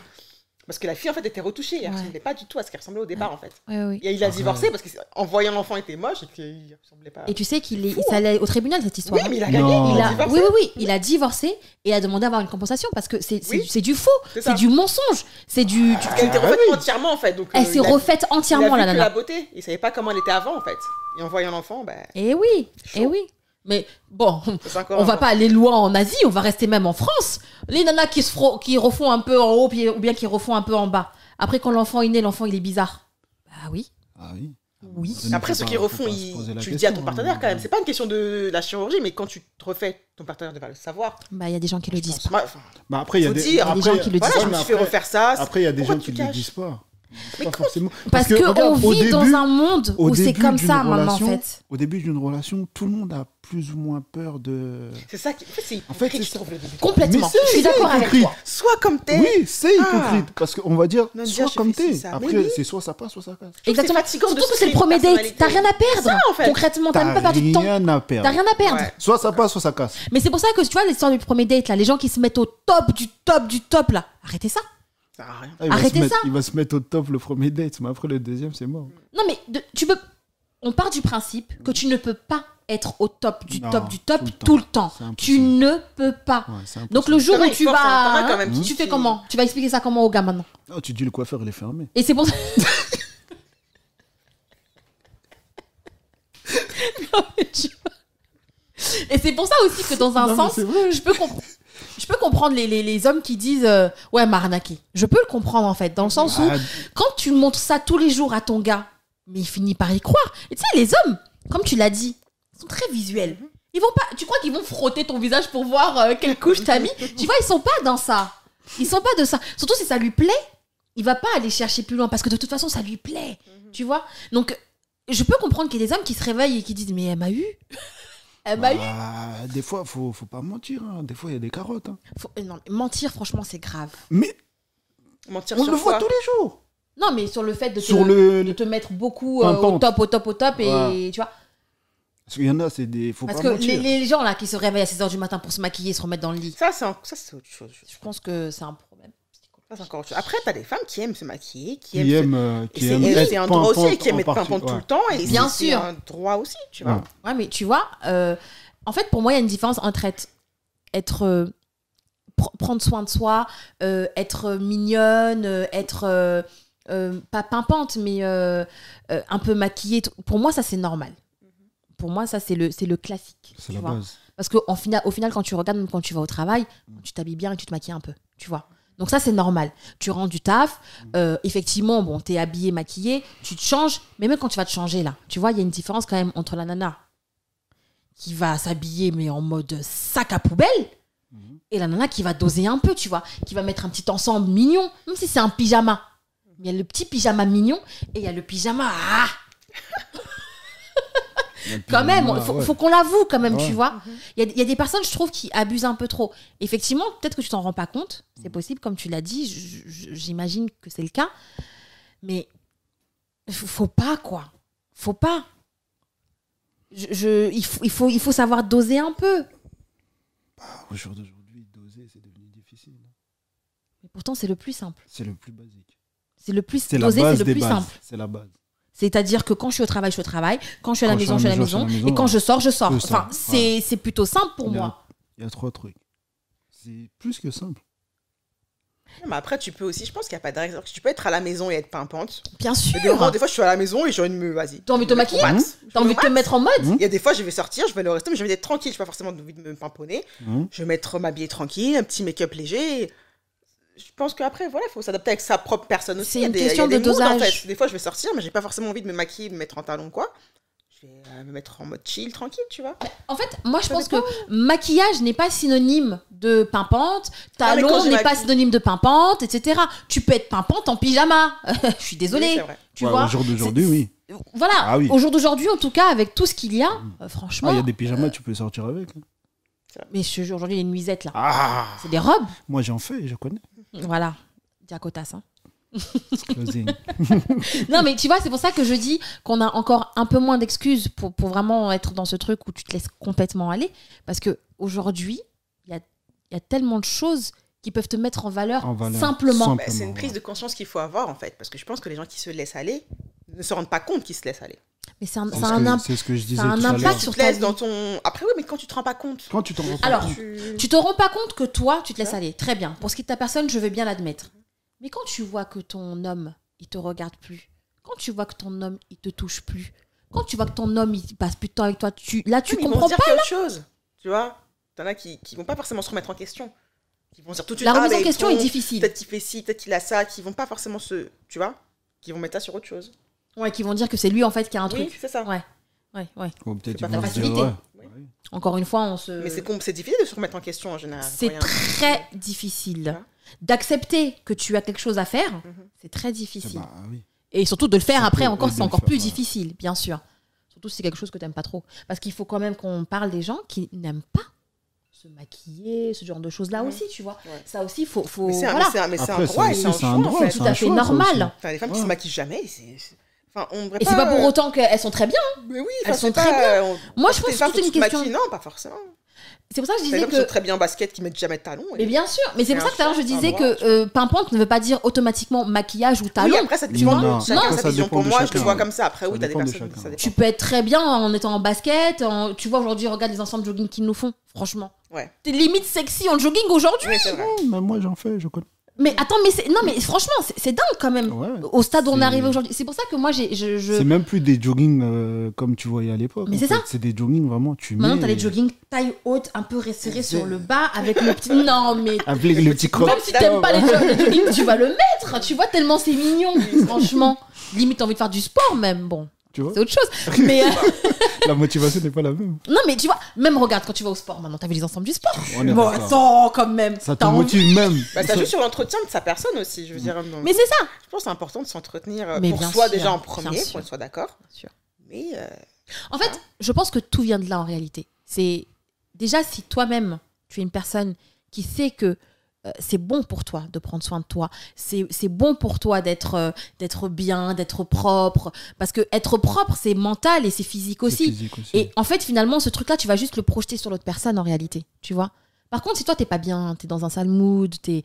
S3: Parce que la fille en fait était retouchée. Elle
S1: Ouais.
S3: ressemblait pas du tout à ce qu'elle ressemblait au départ en fait.
S1: Oui, oui.
S3: Et il a
S2: Ah
S3: divorcé parce qu'en voyant l'enfant il était moche et qu'il ressemblait pas.
S1: Et tu sais qu'il est,
S3: fou, hein.
S1: ça allait au tribunal cette
S3: Oui,
S1: histoire. hein.
S3: mais il a
S2: Non.
S3: gagné.
S1: Il a-
S3: divorcé.
S1: oui, oui, oui, il a divorcé et a demandé à avoir une compensation parce que c'est c'est-
S3: Oui.
S1: c'est du faux,
S3: C'est ça.
S1: c'est du mensonge, c'est du. tu-
S3: Parce qu'elle était
S2: Ah
S3: refaite
S2: oui.
S3: entièrement en fait. Donc, euh,
S1: Elle s'est
S3: il a-
S1: refaite
S3: il
S1: entièrement la
S3: a vu que
S1: nana.
S3: la beauté. Il savait pas comment elle était avant en fait. Et en voyant l'enfant, bah,
S1: Et Eh oui,
S3: Chaud.
S1: et oui. Mais bon,
S3: c'est encore.
S1: on va pas aller loin en Asie, on va rester même en France. Les nanas qui se fro- qui refont un peu en haut puis- ou bien qui refont un peu en bas. Après quand l'enfant est né, l'enfant il est bizarre. Bah oui,
S2: Ah oui.
S1: oui.
S2: Ça ne
S3: Après,
S2: faut
S3: ceux
S2: pas-
S3: qui
S2: faut
S3: refont,
S2: pas se
S3: ils-
S2: poser la
S3: tu le dis à ton
S2: question,
S3: partenaire
S2: hein.
S3: quand même. C'est pas une question de la chirurgie, mais quand tu te refais, ton partenaire devrait le savoir.
S1: Bah il y a des gens qui le disent.
S3: Enfin, moi, enfin,
S2: Bah après, il y a
S3: Faut
S2: des,
S3: dire, il y a
S1: des
S2: après,
S1: gens qui le
S3: voilà,
S1: disent,
S3: je me
S2: mais
S3: suis fait
S2: après-
S3: refaire ça. c'est-
S2: Après, il y a des
S3: Pourquoi
S2: gens
S3: tu
S2: qui ne le
S3: caches
S2: disent pas. Ils le disent
S3: Mais
S2: pas
S3: quand-
S2: forcément.
S1: Parce, que,
S2: regarde,
S1: on
S2: au
S1: vit dans
S2: début-
S1: un monde
S2: au
S1: où c'est
S2: début
S1: comme
S2: d'une
S1: ça maintenant en
S2: relation,
S1: fait.
S2: Au début d'une relation, tout le monde a plus ou moins peur de.
S3: C'est ça qui. En fait, c'est
S2: En fait,
S3: hypocrite,
S2: c'est-
S3: je trouve, le début.
S1: Complètement.
S2: Mais
S1: Je suis
S2: c'est
S1: d'accord avec
S2: hypocrite.
S1: toi.
S3: Sois comme t'es.
S2: Oui, c'est
S3: Ah.
S2: hypocrite. Parce qu'on va dire,
S3: Non, déjà,
S2: soit
S3: je
S2: comme
S3: fais ci,
S2: t'es.
S3: ça. Mais
S2: Après,
S3: oui.
S2: c'est soit ça passe, soit ça casse.
S3: trouve que c'est
S1: Exactement.
S3: fatigant de
S1: Surtout que
S3: se
S1: c'est le
S3: créer
S1: premier
S3: une
S1: date.
S3: personnalité.
S1: T'as rien à perdre.
S3: Ça, en fait.
S1: Concrètement, t'as même pas perdu de temps.
S2: rien à
S1: T'as
S2: perdre.
S1: rien à perdre.
S3: Ouais.
S2: Soit ça passe, soit ça casse.
S1: Mais c'est pour ça que tu vois l'histoire du premier date là, les gens qui se mettent au top du top du top là. Arrêtez ça.
S3: Ça sert à rien.
S2: Ah, il va se
S1: Arrêtez
S2: mettre-
S1: ça.
S2: Il va se mettre au top le premier date, mais après le deuxième, c'est mort.
S1: Non mais de- tu peux. On part du principe que tu ne peux pas être au top du
S2: Non,
S1: top du top
S2: tout
S1: tout le
S2: le temps.
S1: temps.
S2: C'est impossible.
S1: Tu ne peux pas.
S2: Ouais, c'est impossible.
S1: Donc le jour
S3: Ça va,
S1: où
S3: il
S1: tu
S3: force, hein,
S1: vas,
S3: t'en as quand même
S1: tu
S3: qui-
S1: fais
S3: qui-
S1: comment Tu vas expliquer ça comment au gars maintenant
S2: Ah, tu dis le coiffeur, il est fermé.
S1: Et c'est pour ça. [laughs] Non, mais tu vois. Et c'est pour ça aussi que dans un
S2: Non, mais
S1: sens,
S2: c'est vrai.
S1: je peux, compre- je peux comprendre les, les- les hommes qui disent euh, Ouais, m'a arnaqué. Je peux le comprendre en fait, dans le sens où
S2: Ah,
S1: quand tu montres ça tous les jours à ton gars, mais il finit par y croire. Et tu sais, les hommes, comme tu l'as dit, sont très visuels. Ils vont pas, tu crois qu'ils vont frotter ton visage pour voir euh, quelle couche t'as mis Tu vois, ils sont pas dans ça. Ils sont pas de ça. Surtout si ça lui plaît, il va pas aller chercher plus loin parce que de toute façon, ça lui plaît. Tu vois Donc, je peux comprendre qu'il y a des hommes qui se réveillent et qui disent Mais elle m'a eu [laughs] Elle m'a eu
S2: bah, des fois, faut, faut pas mentir. hein. Des fois, il y a des carottes. hein.
S1: Faut- euh, Non, mais mentir, franchement, c'est grave.
S2: Mais
S3: Mentir
S2: on
S3: sur
S2: le voit
S3: soi.
S2: tous les jours.
S1: Non, mais sur le fait de,
S2: Sur
S1: te,
S2: le.
S1: de
S2: le-
S1: te mettre beaucoup euh, au
S2: Pimpante.
S1: top, au top, au top, et
S2: Ouais.
S1: tu vois.
S2: Parce qu'il y en a, c'est des. Faut
S1: Parce
S2: pas
S1: que les,
S2: mentir.
S1: les gens là qui se réveillent à 6h du matin pour se maquiller et se remettre dans le lit,
S3: Ça, c'est un- ça, c'est autre chose.
S1: je pense que c'est un problème.
S3: Ça, c'est encore autre chose. Après, t'as des femmes qui aiment se maquiller, qui
S2: Qui
S3: aiment. se-
S2: aiment, euh,
S3: Et
S2: qui
S3: c'est-
S2: aiment
S3: et
S2: être
S3: C'est un droit aussi, et qui aiment
S2: pimpante
S3: être
S2: en partie-
S3: pimpante tout
S2: ouais.
S3: le temps. Et
S1: Bien
S3: c'est- c'est
S1: sûr.
S3: un droit aussi, tu
S2: Ouais.
S3: vois.
S1: Ouais, mais tu vois, euh, en fait, pour moi, il y a une différence entre être, être, euh, pr- prendre soin de soi, euh, être mignonne, euh, être euh, euh, pas pimpante, mais euh, euh, un peu maquillée. tout. Pour moi, ça c'est normal. Pour moi, ça c'est le, c'est le classique.
S2: C'est
S1: tu
S2: la
S1: vois.
S2: base.
S1: Parce qu'au final, au final, quand tu regardes, même quand tu vas au travail, tu t'habilles bien et tu te maquilles un peu, tu vois. Donc ça, c'est normal. Tu rentres du taf, euh, effectivement, bon, t'es habillé, maquillé, tu te changes, mais même quand tu vas te changer, là, tu vois, il y a une différence quand même entre la nana qui va s'habiller, mais en mode sac à poubelle, et la nana qui va doser un peu, tu vois, qui va mettre un petit ensemble mignon, même si c'est un pyjama. Mais il y a le petit pyjama mignon et il y a le pyjama... Ah quand même, il faut, faut qu'on l'avoue quand même,
S2: Ouais.
S1: tu vois. Il y a- il y, a des personnes, je trouve, qui abusent un peu trop. Effectivement, peut-être que tu t'en rends pas compte,
S2: Mhm.
S1: c'est possible, comme tu l'as dit, j- j- j'imagine que c'est le cas. Mais faut faut pas, quoi. Faut pas. Je, je- il, faut, il, faut, il faut savoir doser un peu.
S2: Au jour d'aujourd'hui, doser, c'est devenu difficile.
S1: Mais pourtant, c'est le plus simple.
S2: C'est le plus basique.
S1: C'est le plus
S2: C'est la
S1: dosé, c'est
S2: base
S1: le
S2: des
S1: plus
S2: bases.
S1: simple.
S2: C'est la base.
S1: C'est-à-dire que quand je suis au travail, je suis au travail. Quand je suis à la
S2: Quand je suis
S1: maison, je suis à la
S2: je
S1: maison.
S2: suis à la
S1: Et
S2: maison,
S1: quand je sors, je sors.
S2: je sors,
S1: Enfin, c'est c'est plutôt simple pour
S2: Il y a-
S1: moi.
S2: Il y a trois trucs. C'est plus que simple.
S3: Non, mais après, tu peux aussi, je pense qu'il n'y a pas de règle. Tu peux être à la maison et être pimpante.
S1: Bien
S3: Et des, fois,
S1: sûr
S3: des fois, je suis à la maison et je me. Vas-y.
S1: T'as envie de te
S3: Je me mets au
S1: maquiller
S3: max. Je
S1: T'as
S3: me
S1: envie
S3: mets
S1: de
S3: au
S1: te Mmh.
S3: max.
S1: mettre en mode
S3: Il y a des fois, je vais sortir, je vais aller au resto, mais je vais être tranquille. Je n'ai pas forcément envie de me pamponner.
S1: Mmh.
S2: Mhm.
S3: Je vais mettre m'habiller tranquille, un petit make-up léger. Je pense qu'après, voilà, il faut s'adapter avec sa propre personne aussi.
S1: C'est
S3: Il y a
S1: une
S3: des- il y a
S1: question
S3: des
S1: de
S3: moods, en
S1: dosage.
S3: fait. Des fois, je vais sortir, mais j'ai pas forcément envie de me maquiller, de me mettre en talon, quoi. Je vais euh, me mettre en mode chill, tranquille, tu vois.
S1: En fait, moi je
S3: Ça
S1: pense que maquillage n'est pas synonyme de pimpante,
S3: Ah, mais quand
S1: talon
S3: je
S1: n'est pas
S3: m'habille-
S1: synonyme de pimpante, etc. Tu peux être pimpante en pyjama. [laughs] Je suis
S3: Oui,
S1: désolée. Mmh.
S3: c'est vrai.
S1: Tu
S2: Ouais,
S1: vois
S2: Au jour d'aujourd'hui, oui.
S1: Voilà.
S2: Ah oui.
S1: Au jour d'aujourd'hui, en tout cas, avec tout ce qu'il y a, euh,
S2: Ah,
S1: franchement.
S2: il y a des pyjamas, tu peux sortir avec. hein.
S1: Mais ce jour, aujourd'hui, il y a une nuisette là.
S2: Ah
S1: C'est des robes.
S2: Moi, j'en fais, je connais.
S1: Voilà. Diacotas. hein.
S2: Closing.
S1: Non, mais tu vois, c'est pour ça que je dis qu'on a encore un peu moins d'excuses pour, pour vraiment être dans ce truc où tu te laisses complètement aller. Parce que aujourd'hui, il y a, il y a tellement de choses qui peuvent te mettre en valeur,
S2: En valeur.
S1: simplement.
S2: Simple.
S3: Bah, c'est
S2: Simplement,
S3: une prise de conscience qu'il faut avoir, en fait. Parce que je pense que les gens qui se laissent aller ne se rendent pas compte qu'ils se laissent aller.
S1: Mais c'est un,
S2: C'est
S1: c'est
S2: ce
S1: un
S2: que-
S1: imp-
S2: C'est ce que je disais
S1: ça a un
S2: tout à
S1: impact
S2: l'heure.
S1: sur-
S3: te
S1: ta
S3: laisses
S1: vie.
S3: dans ton. Après, oui, mais quand tu te rends pas compte.
S2: Quand tu t'en rends compte,
S1: Alors,
S3: tu-
S1: Tu te rends pas compte que toi, tu te laisses aller. Très bien. Pour ce qui est de ta personne, je veux bien l'admettre. Mais quand tu vois que ton homme, il te regarde plus, quand tu vois que ton homme, il te touche plus, quand tu vois que ton homme, il passe plus de temps avec toi, tu, là, tu
S3: Oui, mais ils vont
S1: comprends
S3: se dire
S1: pas.
S3: qu'il y a autre chose. Tu vois T'en as qui, qui vont pas forcément se remettre en question. Ils vont se dire tout de suite.
S1: La
S3: ah,
S1: remise
S3: ben,
S1: en question est
S3: bon,
S1: difficile.
S3: Peut-être qu'il fait ci, peut-être qu'il a ça, qui vont pas forcément se. Tu vois Qui vont mettre ça sur autre chose.
S1: Ouais, qui vont dire que c'est lui, en fait, qui a un
S3: oui,
S1: truc.
S3: c'est ça.
S1: Ouais. Ouais, ouais.
S2: Ou Oh, peut-être
S3: C'est
S2: ils
S3: pas
S2: vont se dire,
S1: facilité.
S2: ouais.
S1: Encore une fois, on se.
S3: Mais c'est com- c'est difficile de se remettre en question en général.
S1: euh, C'est
S3: quand il y a un-
S1: très difficile.
S3: Hein
S1: D'accepter que tu as quelque chose à faire,
S3: Mhm.
S1: c'est très
S2: Eh
S1: difficile.
S2: ben, ah oui.
S1: Et surtout de le faire
S2: Surtout,
S1: après,
S2: et
S1: encore,
S2: de
S1: c'est
S2: le
S1: encore
S2: faire,
S1: plus
S2: voilà.
S1: difficile, bien sûr. Surtout si c'est quelque chose que tu n'aimes pas trop. Parce qu'il faut quand même qu'on parle des gens qui n'aiment pas se maquiller, ce genre de choses-là
S3: Ouais.
S1: aussi, tu vois.
S3: Ouais.
S1: Ça aussi, il faut. faut
S3: Mais c'est un,
S1: voilà.
S3: mais c'est un- mais c'est un
S2: Après,
S3: droit et
S2: c'est
S3: c'est un
S2: aussi, c'est un
S3: choix, en
S2: droit,
S3: fait.
S2: c'est
S1: tout à fait
S2: choix, ça
S1: normal.
S3: Enfin, les femmes qui se
S2: Ouais.
S3: maquillent jamais, c'est. c'est- Enfin, on devrait euh,
S1: Et c'est pas pour autant qu'elles sont très bien.
S3: Mais oui,
S1: Elles
S3: enfin,
S1: sont
S3: c'est
S1: très
S3: pas,
S1: bien.
S3: euh, on-
S1: Moi, je
S3: les
S1: pense que
S3: femmes
S1: c'est
S3: qui
S1: une
S3: se
S1: question.
S3: maquillent, Non, pas forcément.
S1: C'est pour ça que je
S3: Les
S1: disais
S3: hommes qui sont
S1: que.
S3: très bien en basket, qui mettent jamais de talons. et-
S1: Mais bien sûr, mais c'est
S3: C'est
S1: pour ça
S3: un
S1: que tout à l'heure je
S3: choix, c'est un
S1: disais
S3: droit,
S1: que euh, pimpante ne veut pas dire automatiquement maquillage ou talon.
S3: Oui, après, ça dépend
S2: Non,
S3: de chacun,
S2: non,
S3: sa
S2: ça
S3: vision.
S2: dépend
S3: Pour
S2: de
S3: moi, je
S2: chacun.
S3: le vois comme ça. Après,
S2: Ça
S3: oui, t'as des
S2: dépend de
S3: personnes.
S2: chacun.
S3: ça dépend.
S1: tu peux être très bien en étant en basket. en- Tu vois, aujourd'hui, regarde les ensembles jogging qu'ils nous font, franchement.
S3: Ouais.
S1: T'es limite sexy en jogging aujourd'hui.
S3: Oui, c'est vrai.
S2: Oh, même moi, j'en fais, je connais.
S1: Mais attends, mais c'est- non, mais franchement, c'est c'est dingue quand même.
S2: Ouais.
S1: Au stade où on est
S2: C'est-
S1: arrivé aujourd'hui. C'est pour ça que moi, j'ai. Je, je-
S2: C'est même plus des joggings euh, comme tu voyais à l'époque.
S1: Mais
S2: en
S1: c'est
S2: fait.
S1: ça.
S2: C'est des joggings vraiment, tu mets.
S1: Maintenant, t'as les joggings taille haute, un peu resserrés sur le bas, avec le
S2: [laughs]
S1: petit. Non, mais.
S2: Avec le petit croc.
S1: Même si t'aimes pas les jo- les joggings, tu vas le mettre. Tu vois, tellement c'est
S2: [laughs]
S1: mignon, franchement. Limite, t'as envie de faire du sport, même. Bon,
S2: Tu vois
S1: c'est autre chose. Mais.
S2: [laughs]
S1: euh,
S2: La motivation n'est pas la même.
S1: Non, mais tu vois, même regarde quand tu vas au sport maintenant, t'as vu les ensembles du sport.
S2: On est
S1: Bon,
S2: d'accord.
S1: attends, quand même.
S2: Ça te
S1: t'as envie.
S2: motive même.
S3: Bah, ça joue sur l'entretien de sa personne aussi, je veux dire. donc,
S1: Mais c'est ça.
S3: je pense que c'est important de s'entretenir euh,
S1: Mais
S3: pour
S1: bien
S3: soi
S1: sûr,
S3: déjà en
S1: bien
S3: premier,
S1: sûr.
S3: qu'on soit d'accord.
S1: Bien sûr.
S3: Mais euh,
S1: En fait, je pense que tout vient de là en réalité. C'est déjà si toi-même, tu es une personne qui sait que euh, c'est bon pour toi de prendre soin de toi, c'est c'est bon pour toi d'être euh, d'être bien, d'être propre, parce que être propre, c'est mental et c'est physique
S2: C'est
S1: aussi.
S2: physique aussi.
S1: Et en fait, finalement, ce truc-là, tu vas juste le projeter sur l'autre personne en réalité, tu vois. Par contre, si toi, t'es pas bien, t'es dans un sale mood, t'es.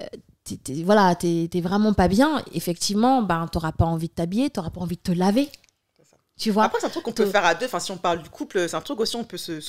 S1: euh, t'es- t'es- voilà, t'es t'es vraiment pas bien, effectivement, ben, t'auras pas envie de t'habiller, t'auras pas envie de te laver.
S3: C'est ça.
S1: Tu vois
S3: après, c'est un truc qu'on peut
S1: Tout.
S3: faire à deux. Enfin, si on parle du couple, c'est un truc aussi, on peut se-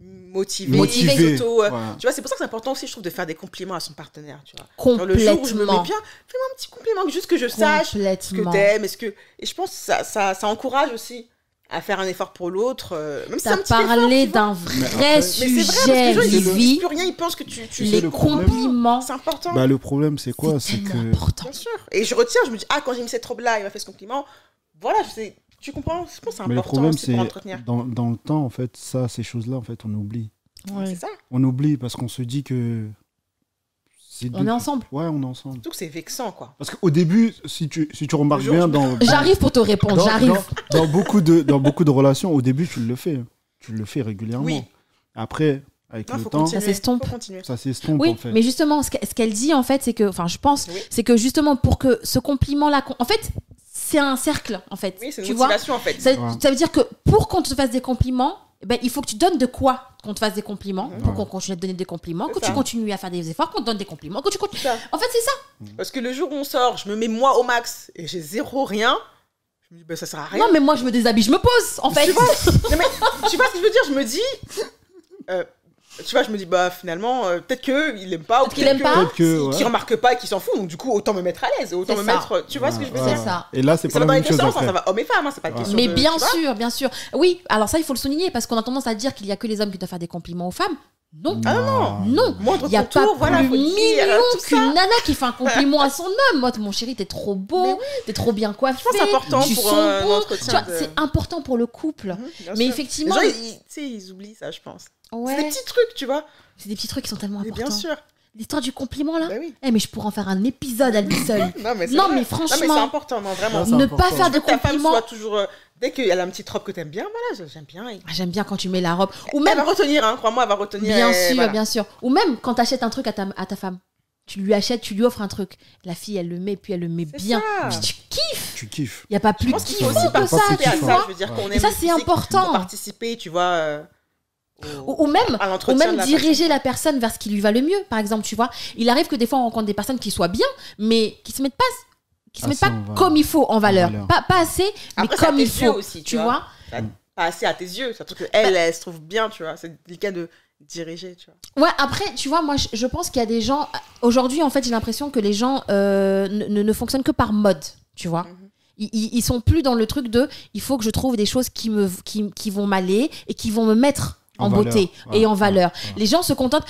S3: s'auto-motiver.
S2: Motivé.
S3: s'auto- euh,
S2: Voilà.
S3: Tu vois, c'est pour ça que c'est important aussi, je trouve, de faire des compliments à son partenaire. Tu vois. Genre,
S1: Complètement.
S3: le jour où je me mets bien, fais-moi un petit compliment, juste que je sache ce que
S1: complètement.
S3: t'aimes. Est-ce que... Et je pense que ça, ça, ça encourage aussi à faire un effort pour l'autre, euh, même si c'est un
S1: T'as
S3: petit effort.
S1: parlé d'un
S2: Mais
S1: vrai
S2: après-
S3: Mais c'est
S1: sujet,
S3: vrai, parce que les gens, ils disent
S1: Vivi.
S3: plus rien, ils pensent que tu... tu...
S2: sais,
S1: Les
S2: le problème-
S1: compliments,
S3: C'est important.
S2: Bah, le problème, c'est quoi
S1: c'est
S2: C'est
S1: tellement
S2: que.
S1: important.
S3: Bien sûr. Et je retiens, je me dis, ah, quand j'ai mis cette robe-là, il m'a fait ce compliment. Voilà, je sais, tu comprends Je pense que c'est
S2: Mais le
S3: important
S2: problème,
S3: aussi
S2: c'est
S3: pour entretenir.
S2: dans, dans le temps, en fait, ça, ces choses-là, en fait, on oublie.
S3: C'est ça.
S2: On oublie parce qu'on se dit que. c'est
S1: On
S2: deux-
S1: est ensemble.
S2: Ouais, on est ensemble.
S3: Surtout que c'est vexant, quoi.
S2: Parce qu'au début, si tu, si tu remarques
S3: Bonjour,
S2: bien,
S3: je-
S2: dans,
S1: J'arrive pour te répondre,
S2: dans,
S1: j'arrive.
S2: dans- dans beaucoup de, dans beaucoup de relations, au début, tu le fais. hein. Tu le fais régulièrement.
S3: Oui.
S2: Après, avec
S3: Non,
S2: le
S3: faut
S2: temps,
S3: continuer.
S1: Ça s'estompe.
S3: Faut continuer.
S2: ça s'estompe,
S1: Oui,
S2: en fait.
S1: mais justement, ce que- ce qu'elle dit, en fait, c'est que, enfin, je pense,
S3: Oui.
S1: c'est que justement, pour que ce compliment-là. qu'on- En fait, c'est un cercle, en fait.
S3: Oui, c'est
S1: tu
S3: une
S1: vois
S3: motivation, en fait.
S1: ça,
S2: Ouais.
S1: ça veut dire que pour qu'on te fasse des compliments, eh ben, il faut que tu donnes de quoi qu'on te fasse des compliments, pour
S2: Ouais.
S1: qu'on continue à te donner des compliments,
S3: C'est
S1: que tu
S3: ça.
S1: continues à faire des efforts, qu'on te donne des compliments, que tu continues.
S3: Ça.
S1: En fait, c'est ça.
S3: Parce que le jour où on sort, je me mets moi au max et j'ai zéro rien, je me dis, bah, ça sert à rien.
S1: Non, mais moi, je me déshabille, je me pose, en fait.
S3: Tu vois, Non, mais, tu vois ce que je veux dire Je me dis, euh, tu vois, je me dis, bah finalement, euh, peut-être qu'il aime pas, ou
S1: Peut-être qu'il aime
S3: que-
S1: pas.
S2: Peut-être que, ouais.
S3: qu'il remarque pas et qu'il s'en fout, donc du coup, autant me mettre à l'aise, autant
S1: C'est
S3: me
S1: ça.
S3: mettre. Tu vois ce que je veux
S1: Ouais.
S3: dire
S1: C'est ça.
S2: Et là, c'est
S3: Ça
S2: pas
S3: va
S2: la
S3: dans les
S2: même
S3: deux
S2: chose.
S3: sens, hein,
S2: après.
S3: ça va homme et femme, hein, c'est pas une
S2: Ouais.
S3: question
S1: Mais
S3: de-
S1: bien
S3: tu vois
S1: sûr, bien sûr. Oui, alors ça, il faut le souligner parce qu'on a tendance à dire qu'il y a que les hommes qui doivent faire des compliments aux femmes. Non.
S3: Ah non,
S1: Non.
S3: Moindre
S1: Il n'y a
S3: contour,
S1: pas
S3: voilà,
S1: plus
S3: faut le dire,
S1: mignon
S3: tout ça.
S1: qu'une nana qui fait un compliment
S3: [laughs]
S1: à son homme. Moi, mon chéri, t'es trop
S3: Mais
S1: beau, t'es trop bien coiffé.
S3: Je pense que c'est important
S1: tu
S3: pour
S1: sens
S3: un
S1: bon. Tu vois,
S3: entretien. de-
S1: C'est important pour le couple.
S3: Mhm, bien
S1: Mais
S3: sûr. Les
S1: effectivement,
S3: gens, ils, ils- tu sais, ils oublient ça, je pense.
S1: ouais, Hein
S3: C'est des petits trucs, tu vois.
S1: petits trucs qui sont tellement
S3: Mais bien
S1: importants.
S3: sûr.
S1: L'histoire du compliment, là,
S3: Bah oui.
S1: eh, mais je pourrais en faire un épisode à lui seule.
S3: Non, mais c'est
S1: non,
S3: vrai.
S1: mais
S3: Non, mais c'est
S1: franchement,
S3: important, non, vraiment.
S2: Non, c'est
S1: ne
S2: important.
S1: pas faire de
S3: Que ta femme
S1: compliments.
S3: soit toujours. euh, dès qu'elle a une petite robe que t'aimes bien, voilà, j'aime bien. et-
S1: Ah, J'aime bien quand tu mets la robe. Ou
S3: Elle
S1: même,
S3: va retenir, hein, crois-moi, elle va retenir.
S1: bien
S3: et
S1: sûr,
S3: Euh, voilà.
S1: bien sûr. Ou même quand t'achètes un truc à ta, à ta femme. Tu lui achètes, tu lui offres un truc. La fille, elle le met, puis elle le met
S3: C'est
S1: bien.
S3: ça.
S1: Puis tu kiffes.
S2: Tu kiffes.
S1: Il n'y a pas
S3: Je
S1: plus
S3: pense qu'il
S1: kiffant
S3: faut aussi
S1: que ça,
S2: participer
S1: tu
S3: participer à
S1: vois.
S3: ça. Je veux dire qu'on
S1: Et
S3: aime
S1: ça,
S3: le
S1: c'est
S3: physique, faut
S1: important.
S3: Participer, tu vois, euh, au-
S1: Ou, ou même,
S3: à
S1: ou
S3: l'entretien.
S1: même
S3: de la
S1: diriger la personne vers ce qui lui va le mieux. Par exemple, tu vois, il arrive que des fois on rencontre des personnes qui soient bien, mais qui se mettent pas, qui se
S2: Ah,
S1: mettent
S2: ça,
S1: pas
S2: en valeur.
S1: comme il faut en valeur,
S2: valeur.
S1: pas pas assez, mais
S3: Après, c'est à
S1: comme
S3: tes
S1: il
S3: yeux
S1: faut.
S3: aussi,
S1: tu vois,
S3: Pas assez Ah, à tes yeux. C'est un truc que elle,
S1: Bah-
S3: elle se trouve bien, tu vois. C'est délicat de diriger, tu vois.
S1: Ouais, après, tu vois, moi, je, je pense qu'il y a des gens. Aujourd'hui, en fait, j'ai l'impression que les gens euh, ne, ne- ne fonctionnent que par mode, tu vois.
S3: Mhm.
S1: Ils- Ils, ils sont plus dans le truc de il faut que je trouve des choses qui, me, qui, qui vont m'aller et qui vont me mettre en,
S2: En valeur.
S1: beauté
S2: Ouais,
S1: et en
S2: ouais,
S1: valeur.
S2: ouais.
S1: Les gens se contentent.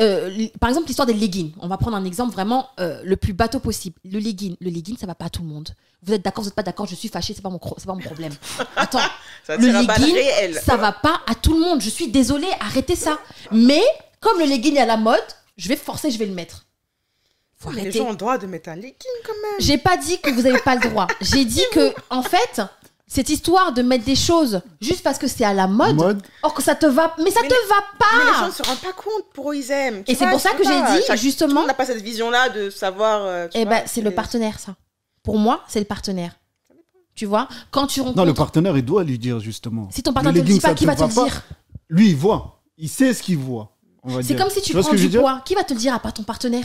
S1: euh, l- par exemple, l'histoire des leggings. On va prendre un exemple vraiment euh, le plus bateau possible. Le legging, le legging, ça va pas à tout le monde. Vous êtes d'accord, vous êtes pas d'accord, je suis fâchée, c'est pas mon, cro- c'est pas mon
S2: [laughs]
S1: problème. Attends,
S3: Ça
S1: Le
S3: tire à balles
S1: legging,
S3: réelles.
S1: ça va pas à tout le monde. Je suis désolée, arrêtez ça. Mais comme le legging est à la mode, je vais forcer, je vais le mettre. Faut
S3: Mais les
S1: arrêter.
S3: gens ont le droit de mettre un legging quand même.
S1: J'ai pas dit que vous avez pas le droit. J'ai dit que en fait, cette histoire de mettre des choses juste parce que c'est à la mode,
S2: Mode.
S1: or que ça te va, mais ça
S3: Mais
S1: te va
S3: Mais les gens
S1: pas.
S3: ne se rendent pas compte pour eux ils aiment. tu
S1: Ah Et c'est
S3: vois,
S1: pour ça
S3: je sais
S1: que j'ai
S3: pas,
S1: dit
S3: chaque- Tout le
S1: justement,
S3: monde n'a pas cette vision-là de savoir. euh, tu
S1: eh
S3: vois,
S1: ben c'est le partenaire ça. Pour moi, c'est le partenaire. Tu vois, quand tu rencontres,
S2: Non, le partenaire, il doit lui dire justement.
S1: si ton partenaire
S2: Le
S1: te le dit
S2: legging,
S1: pas,
S2: ça
S1: qui va te le
S2: pas
S1: dire
S2: Lui, il voit. Il sait ce qu'il voit. on va
S1: C'est
S2: dire.
S1: comme si tu
S2: vois ce
S1: prends
S2: que je
S1: du
S2: veux dire
S1: poids. Qui va te le dire à part ton partenaire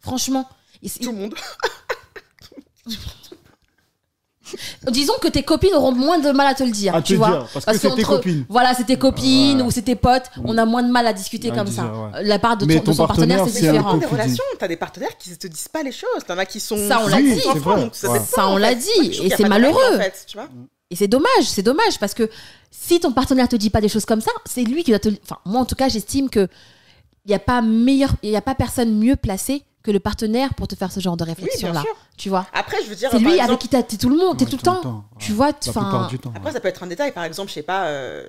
S1: Franchement. Et c'est-
S3: Tout le monde.
S1: Disons que tes copines auront moins de mal à te le dire,
S2: À te
S1: tu vois.
S2: dire, parce que c'est tes
S1: qu'entre-
S2: copines.
S1: Voilà, c'est tes copines
S2: Voilà.
S1: ou c'est tes potes,
S2: Mm.
S1: on a moins de mal à discuter
S2: À
S1: comme
S2: dire,
S1: ça.
S2: ouais.
S1: Euh, La part de ton,
S2: Mais
S1: de
S2: ton
S1: son partenaire,
S2: partenaire,
S1: c'est
S2: c'est un
S1: différent.
S3: Dans des
S2: Confident.
S3: relations, t'as des partenaires qui ne te disent pas les choses. T'en as qui sont.
S1: Ça, on l'a
S2: Oui,
S1: dit.
S2: c'est vrai.
S3: donc ça
S2: Ouais.
S3: dépend,
S1: Ça, on
S3: en
S1: l'a
S3: fait.
S1: dit,
S3: Moi, je trouve
S1: et
S3: qu'il y a
S1: c'est
S3: pas de règle,
S1: malheureux.
S3: en fait, tu vois.
S1: Et c'est dommage, c'est dommage parce que si ton partenaire te dit pas des choses comme ça, c'est lui qui doit te. Enfin, moi en tout cas, j'estime que il y a pas meilleur, il y a pas personne mieux placé que le partenaire pour te faire ce genre de
S3: Oui,
S1: réflexion
S3: bien
S1: là.
S3: sûr.
S1: Tu vois,
S3: Après, je veux dire.
S1: c'est
S3: par
S1: lui
S3: exemple,
S1: avec qui t'as- t'es tout le monde, t'es
S2: Ouais,
S1: tout le temps. Tu vois,
S2: La
S1: enfin,
S2: plupart du temps.
S3: Après,
S2: ouais.
S3: ça peut être un détail. Par exemple, je sais pas, euh,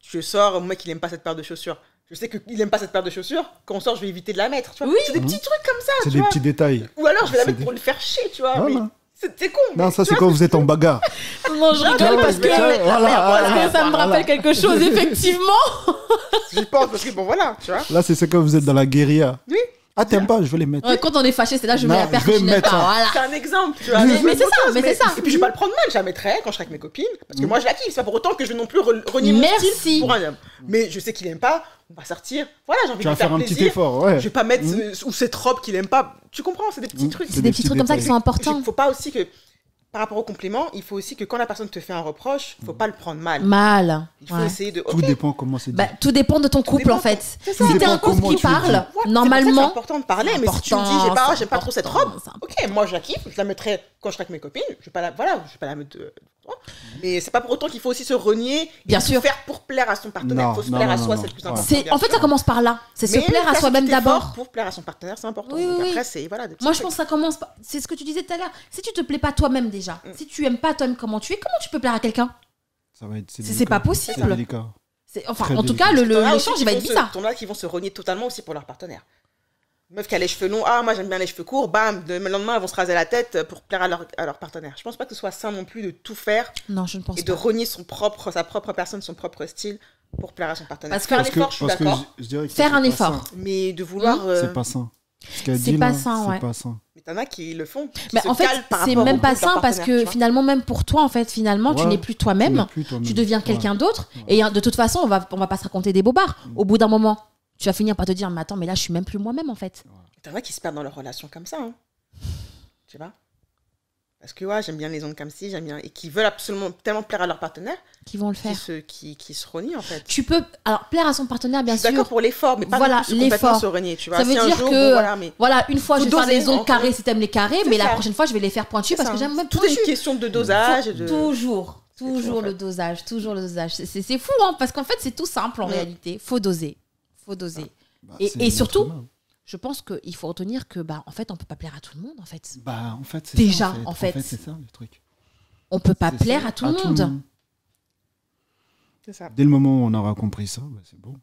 S3: je sors, mon mec, il aime pas cette paire de chaussures. Je sais qu'il aime pas cette paire de chaussures. Quand on sort, je vais éviter de la mettre. Tu vois
S1: Oui.
S3: C'est des petits trucs comme ça, tu
S2: C'est des
S3: vois.
S2: petits détails.
S3: Ou alors, je vais la
S2: Mhm. C'est
S3: mettre
S2: des-
S3: pour le faire chier, tu vois.
S2: Voilà.
S3: mais C'est c'est con.
S2: Non,
S3: mais
S2: ça,
S3: tu
S2: c'est
S3: vois,
S2: quand vous êtes en bagarre.
S1: Non, je
S2: Tu
S1: rigole
S2: vois,
S1: parce que,
S2: voilà,
S3: Ah,
S1: parce que
S2: voilà,
S1: ça me
S2: voilà.
S1: rappelle quelque
S2: [laughs]
S1: chose, effectivement.
S3: J'y pense parce que bon, voilà, tu vois.
S2: Là, c'est c'est quand vous êtes dans la guérilla.
S3: Oui.
S2: Ah, t'aimes pas, je vais les mettre.
S1: Ouais, quand on est fâché, c'est là je mets
S2: Non,
S1: la paire
S2: je
S1: que
S2: vais
S1: tu n'aimes
S2: mettre
S1: pas.
S2: ça.
S1: Voilà.
S3: C'est un exemple, tu vois.
S1: Mais- mais c'est ça, mais c'est ça.
S3: Et puis je vais pas le prendre mal, je la mettrai quand je serai avec mes copines, parce
S2: Mm.
S3: que moi je la kiffe. C'est pas pour autant que je vais non plus re- renier mon
S1: Merci.
S3: style pour un homme. Mais je sais qu'il aime pas, on va sortir. Voilà, j'ai envie
S2: Tu
S3: de
S2: vas
S3: lui faire,
S2: faire un
S3: plaisir.
S2: petit effort, ouais.
S3: Je vais pas mettre
S2: Mm.
S3: ce- ou cette robe qu'il aime pas. Tu comprends, c'est des petits
S2: Mmh.
S3: trucs.
S1: C'est des petits trucs comme ça qui
S2: détails.
S1: sont
S3: Il
S1: importants.
S3: faut pas aussi que, par rapport au compliment, il faut aussi que quand la personne te fait un reproche, faut pas le prendre mal.
S1: Mal.
S3: Il faut
S1: Ouais.
S3: essayer de.
S2: Tout
S3: Ok,
S2: dépend comment c'est dit.
S1: Bah, tout dépend de ton couple
S3: dépend
S1: en fait.
S3: c'est ça.
S1: Si
S2: Tout
S1: t'es un
S2: dépend
S1: couple
S2: comment
S1: qui
S2: tu le
S1: parle,
S3: voilà, c'est pour ça que C'est
S1: normalement.
S3: important de parler, mais si tu me
S1: important,
S3: dis, j'ai pas,
S1: c'est
S3: j'aime pas trop cette robe,
S1: important, c'est important.
S3: ok, moi je la kiffe, je la mettrai quand je serai avec mes copines, je vais pas la, voilà, je vais pas la mettre. euh, mais c'est pas pour autant qu'il faut aussi se renier, et
S1: Bien
S3: tout
S1: sûr.
S3: faire pour plaire à son partenaire,
S2: Non,
S3: faut se
S2: non,
S3: plaire à
S2: non,
S3: soi,
S2: non,
S3: c'est le plus
S2: non.
S3: important.
S1: C'est
S3: bien
S1: en fait
S3: sûr.
S1: ça commence par là. C'est se
S3: Mais
S1: plaire à
S3: faire
S1: soi-même
S3: cet effort
S1: d'abord.
S3: Pour plaire à son partenaire, c'est important.
S1: Oui,
S3: Donc
S1: oui, oui.
S3: après, c'est voilà. des petits
S1: Moi je
S3: trucs.
S1: pense que ça commence par... c'est ce que tu disais tout à l'heure. Si tu te plais pas toi-même déjà,
S3: Mm.
S1: si tu aimes pas toi-même comment tu es, comment tu peux plaire à quelqu'un
S2: Ça va être.
S1: C'est
S2: délicat.
S1: pas possible.
S2: C'est délicat.
S1: C'est- Enfin,
S2: Très
S1: en tout cas, le- le-
S3: T'en as aussi
S1: l'échange
S3: qui
S1: il va
S3: vont
S1: être
S3: se-
S1: bizarre.
S3: T'en as qui vont se renier totalement aussi pour leur partenaire. Meuf qui a les cheveux longs, ah moi j'aime bien les cheveux courts, bam, le lendemain elles vont se raser la tête pour plaire à leur, à leur partenaire. Je pense pas que ce soit sain non plus de tout faire
S1: Non, je ne pense
S3: et de
S1: pas.
S3: renier son propre, sa propre personne, son propre style pour plaire à son partenaire.
S1: Parce que-
S3: Faire
S1: Parce
S3: un effort, je suis d'accord,
S2: je- je dirais que
S1: Faire
S2: c'est
S1: un
S2: pas
S1: effort.
S2: sain.
S3: mais de vouloir. euh,
S2: C'est pas sain. Ce qu'elle
S1: C'est
S2: dit
S1: pas
S2: là,
S1: sain, ouais.
S2: C'est pas sain.
S3: Mais t'en as qui le font. qui
S1: Mais
S3: se
S1: en fait,
S3: calent par
S1: c'est
S3: rapport au
S1: même pas
S3: goût de leur
S1: sain parce
S3: partenaire,
S1: que
S3: tu vois.
S1: finalement, même pour toi, en fait, finalement, tu
S2: Ouais.
S1: n'es plus
S2: Tu n'es
S1: toi-même.
S2: plus toi-même.
S1: tu deviens
S2: Ouais.
S1: quelqu'un d'autre. Et euh, de toute façon, on va, on va pas se raconter des bobards. Au bout d'un moment, tu vas finir par te dire, mais attends, mais là, je suis même plus moi-même, en fait.
S3: T'en as qui se perdent dans leur relation comme ça. hein. Tu vois Parce que ouais, j'aime bien les ondes comme ci, j'aime bien. Et qui veulent absolument tellement plaire à leur partenaire,
S1: qui vont le
S3: qui
S1: faire.
S3: se, qui, qui se renient en fait.
S1: Tu peux alors plaire à son partenaire bien
S3: Je suis d'accord
S1: sûr.
S3: pour l'effort, mais pas
S1: Voilà,
S3: non plus complètement
S1: l'effort.
S3: se renier, tu vois.
S1: Ça veut
S3: Si un
S1: dire
S3: jour,
S1: que-
S3: bon, voilà, mais
S1: Voilà, une fois je
S3: Faut
S1: vais faire
S3: doser,
S1: des ondes
S3: en
S1: carrées si t'aimes les carrés,
S3: C'est
S1: mais la
S3: ça.
S1: prochaine fois je vais les faire pointues
S3: c'est
S1: parce
S3: ça.
S1: que j'aime même
S3: Tout est une
S1: pointues.
S3: question de dosage. et de...
S1: Toujours,
S3: que tu
S1: toujours
S3: en fais.
S1: le dosage, toujours le dosage. C'est- C'est c'est fou, hein, parce qu'en fait, c'est tout simple en
S3: Mm.
S1: réalité. Faut doser, faut doser.
S3: Ah.
S2: Bah,
S1: Et-
S2: c'est
S1: et
S2: l'être
S1: surtout-
S2: humain.
S1: Je pense qu'il faut retenir que, bah, en fait, on peut pas plaire à tout le monde, en fait.
S2: Bah, en fait, c'est
S1: Déjà,
S2: ça,
S1: en fait.
S2: c'est ça le truc.
S1: On peut pas
S2: C'est
S1: plaire
S2: ça,
S1: à tout le monde.
S3: C'est ça.
S2: Dès le moment où on aura compris ça, bah, c'est bon.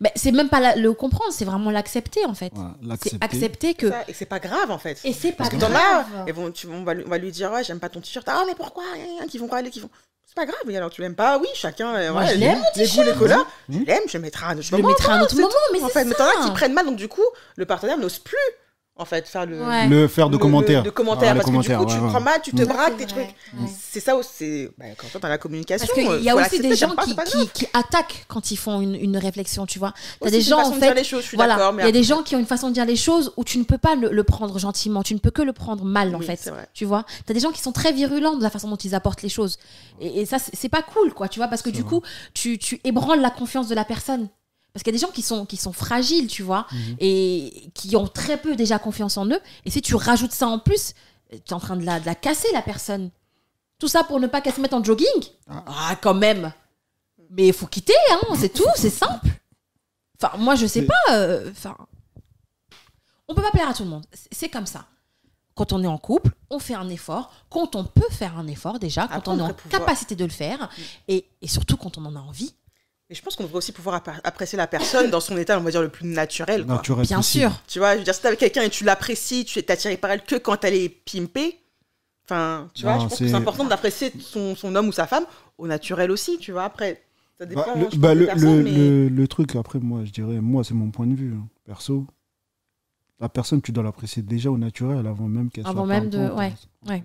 S1: Mais Ben, c'est même pas la- le comprendre, c'est vraiment l'accepter, en fait.
S2: Voilà,
S1: C'est
S2: l'accepter.
S1: accepter que.
S3: C'est ça. Et c'est pas grave en fait.
S1: Et c'est pas
S2: Parce que
S3: T'en as,
S1: grave.
S3: et vont- tu- on, va, lui- on va lui dire ouais, j'aime pas ton t-shirt. Ah, mais pourquoi Qui vont aller, qui vont. C'est pas grave, mais alors tu l'aimes pas Oui, chacun. euh,
S1: Moi,
S3: ouais,
S1: je l'aime, mon
S3: Les goûts, les
S1: t-shirt.
S3: couleurs,
S2: Mmh.
S3: je l'aime, je le mettrai à un autre
S1: Je le
S3: moment.
S1: mettrai à un autre
S3: c'est
S1: moment, mais
S3: en
S1: c'est
S3: fait,
S1: ça.
S3: mais t'en as qui prennent mal, donc du coup, le partenaire n'ose plus en fait faire euh, le.
S1: Ouais.
S2: Le faire de
S3: le-
S2: commentaires.
S3: le- de commentaires,
S2: Ah, les
S3: parce que du coup,
S2: commentaires,
S3: tu
S2: ouais,
S3: prends
S2: ouais.
S3: mal, tu te
S2: Mmh.
S3: braques, des
S1: C'est vrai,
S3: trucs.
S1: ouais.
S3: C'est ça aussi. c'est- bah, quand toi, dans la communication, euh,
S1: Parce qu'il y a aussi
S3: faut l'accepter,
S1: des
S3: j'aime
S1: gens
S3: pas,
S1: qui,
S3: c'est pas
S1: qui,
S3: grave.
S1: qui attaquent quand ils font une, une réflexion, tu vois. T'as des
S3: Aussi, c'est une
S1: gens, en
S3: façon de dire
S1: fait,
S3: les choses, je suis
S1: Voilà,
S3: d'accord, mais
S1: il y a des
S3: après-
S1: gens qui ont une façon de dire les choses où tu ne peux pas le, le prendre gentiment, tu ne peux que le prendre mal en
S3: Oui,
S1: fait.
S3: c'est vrai.
S1: Tu vois, tu as des gens qui sont très virulents de la façon dont ils apportent les choses. Et, et ça, c'est c'est pas cool, quoi, tu vois, parce que
S2: C'est
S1: du
S2: vrai.
S1: coup, tu, tu ébranles la confiance de la personne. Parce qu'il y a des gens qui sont, qui sont fragiles, tu vois,
S2: Mhm.
S1: et qui ont très peu déjà confiance en eux. Et si tu rajoutes ça en plus, tu es en train de la, de la casser, la personne. Tout ça pour ne pas qu'elle se mette en jogging
S2: Ah.
S1: Ah, quand même Mais il faut quitter, hein, c'est tout, c'est simple. Enfin, moi, je sais
S2: Mais-
S1: pas. euh, Enfin, on peut pas plaire à tout le monde. C'est- C'est comme ça. Quand on est en couple, on fait un effort. Quand on peut faire un effort, déjà, quand on est
S3: Apprendre à
S1: en
S3: pouvoir.
S1: capacité de le faire, et, et surtout quand on en a envie,
S3: Et je pense qu'on devrait aussi pouvoir appa- apprécier la personne dans son état, on va dire, le plus naturel. quoi.
S2: Naturel
S1: bien
S2: possible.
S1: sûr.
S3: Tu vois, je veux dire, si t'es avec quelqu'un et tu l'apprécies, tu es attiré par elle que quand elle est pimpée. Enfin, tu vois,
S2: Non,
S3: je pense que
S2: c'est-
S3: c'est important d'apprécier son, son homme ou sa femme au naturel aussi, tu vois. Après, ça dépend.
S2: Bah,
S3: je pense,
S2: le, bah,
S3: des
S2: le,
S3: personnes,
S2: le-
S3: mais
S2: le- le truc, après, moi, je dirais, moi, c'est mon point de vue, hein, perso. La personne, tu dois l'apprécier déjà au naturel avant même qu'elle
S1: Avant
S2: soit
S1: même de-
S2: pimpante,
S1: ouais,
S2: en fait.
S1: ouais.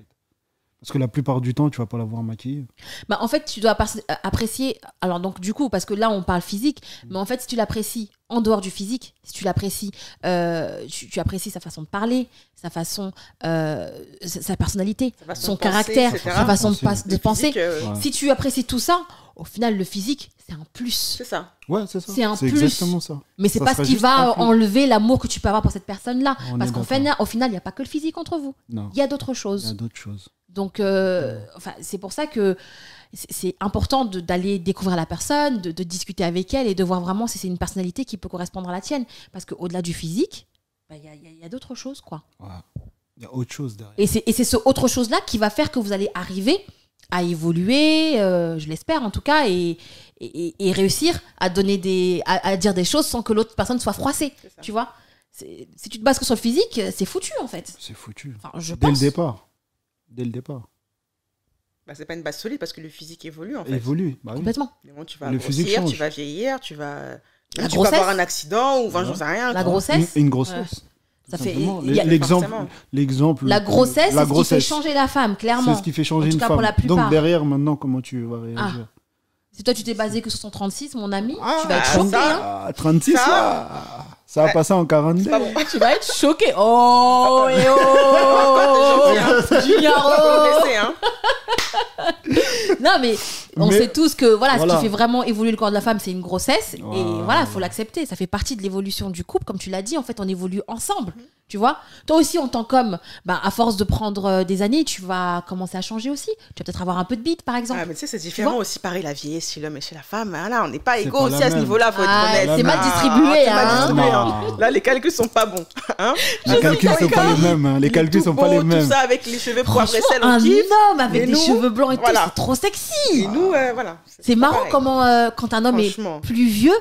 S2: Parce que la plupart du temps, tu vas pas la voir maquillée.
S1: Bah, en fait, tu dois appar- apprécier. Alors, donc, du coup, parce que là, on parle physique, mais en fait, si tu l'apprécies en dehors du physique, si tu l'apprécies, euh, tu, tu apprécies sa façon de parler, sa façon, euh, sa, sa personnalité,
S3: sa façon
S1: son
S3: de penser,
S1: caractère,
S3: etc.
S1: sa façon de, pas-
S2: Penser.
S1: de
S3: Le
S1: penser.
S3: physique, euh,
S2: Ouais,
S1: Si tu apprécies tout ça, au final, le physique, c'est un plus.
S3: C'est ça.
S2: Ouais, c'est ça.
S1: C'est un plus.
S2: exactement ça.
S1: Mais c'est
S2: Ça
S1: pas ce
S2: sera
S1: qui
S2: juste
S1: va
S2: un plus.
S1: enlever l'amour que tu peux avoir pour cette personne-là.
S2: On
S1: Parce
S2: est
S1: qu'en
S2: d'accord.
S1: fait, au final, il n'y a pas que le physique entre vous.
S2: Non,
S1: Il y a d'autres
S2: il y a
S1: choses.
S2: d'autres choses.
S1: Donc, euh, enfin, c'est pour ça que c'est- c'est important de- d'aller découvrir la personne, de, de discuter avec elle et de voir vraiment si c'est une personnalité qui peut correspondre à la tienne. Parce qu'au-delà du physique, bah, il y a- il y a- il y a, d'autres choses, quoi.
S2: Ouais. Il y a autre chose derrière.
S1: Et c'est et c'est ce autre chose-là qui va faire que vous allez arriver à évoluer, euh, je l'espère en tout cas, et, et, et réussir à donner des, à, à dire des choses sans que l'autre personne soit froissée.
S3: C'est ça.
S1: Tu vois C'est- Si tu te bases que sur le physique, euh, c'est foutu en fait.
S2: C'est foutu.
S1: Enfin, je
S2: Dès le
S1: pense.
S2: départ. Dès le départ.
S3: Bah, c'est pas une base solide parce que le physique évolue en fait.
S2: Évolue. Bah oui.
S1: Complètement.
S3: Des moments où Tu vas
S2: Le physique
S3: grossir, tu
S2: change.
S3: vas vieillir, tu vas.
S1: La
S3: tu
S1: grossesse.
S3: peux avoir un accident ou enfin,
S2: Ouais.
S3: j'en sais rien.
S1: La
S3: quoi.
S1: grossesse,
S2: Une, une grossesse.
S1: Ça
S2: Tout
S1: fait-
S2: simplement.
S1: il y a-
S2: L'exemple,
S3: Forcément.
S2: l'exemple.
S1: la grossesse,
S2: la
S1: c'est ce qui fait
S2: grossesse.
S1: changer la femme,
S2: C'est
S1: clairement.
S2: ce qui fait changer
S1: En tout
S2: une
S1: cas,
S2: femme.
S1: pour la plupart.
S2: Donc derrière, maintenant, comment tu vas réagir
S1: Si toi tu t'es basé que sur 136, mon ami,
S2: Ah,
S1: tu vas être
S3: ah,
S1: choqué.
S3: ça,
S1: hein.
S2: Ah, 36,
S3: Ça-
S2: là Ça va passer en 42.
S3: C'est pas bon.
S1: Tu vas être choqué. Oh, et oh
S3: hein [laughs]
S1: Junior, oh.
S3: Faut laisser, hein.
S1: Non, mais on
S2: Mais-
S1: sait tous que voilà, ce
S2: Voilà.
S1: qui fait vraiment évoluer le corps de la femme, c'est une grossesse.
S2: Ouais.
S1: Et voilà, faut l'accepter. Ça fait partie de l'évolution du couple. Comme tu l'as dit, en fait, on évolue ensemble.
S3: Mm-hmm.
S1: Tu vois Toi aussi, en tant qu'homme, bah, à force de prendre euh, des années, tu vas commencer à changer aussi. Tu vas peut-être avoir un peu de bite, par exemple.
S3: Ah, mais tu sais, c'est différent
S1: vois
S3: aussi. Pareil, la vieillesse chez l'homme et chez la femme. Ah, Là, on n'est pas
S2: C'est
S3: égaux
S2: pas
S3: aussi
S2: la
S3: à ce
S2: même.
S3: niveau-là, faut
S1: Ah,
S3: être honnête.
S1: c'est mal
S3: Ah,
S1: distribué,
S3: c'est mal
S1: hein.
S3: distribué, hein.
S2: Non.
S3: Là, les calculs sont pas bons. hein.
S2: Les calculs sont pas les mêmes. hein. Les calculs
S3: tout
S2: sont pas
S3: beau,
S2: les mêmes.
S3: Tout ça avec les cheveux poivre et
S1: Franchement,
S3: sel, on
S1: un
S3: kiffe.
S1: homme avec
S3: Mais
S1: des
S3: nous,
S1: cheveux blancs et
S3: voilà.
S1: tout, c'est trop sexy.
S3: Et nous, euh, voilà.
S1: C'est
S3: pas
S1: marrant
S3: pareil.
S1: comment euh, quand un homme est
S3: Franchement.
S1: plus vieux,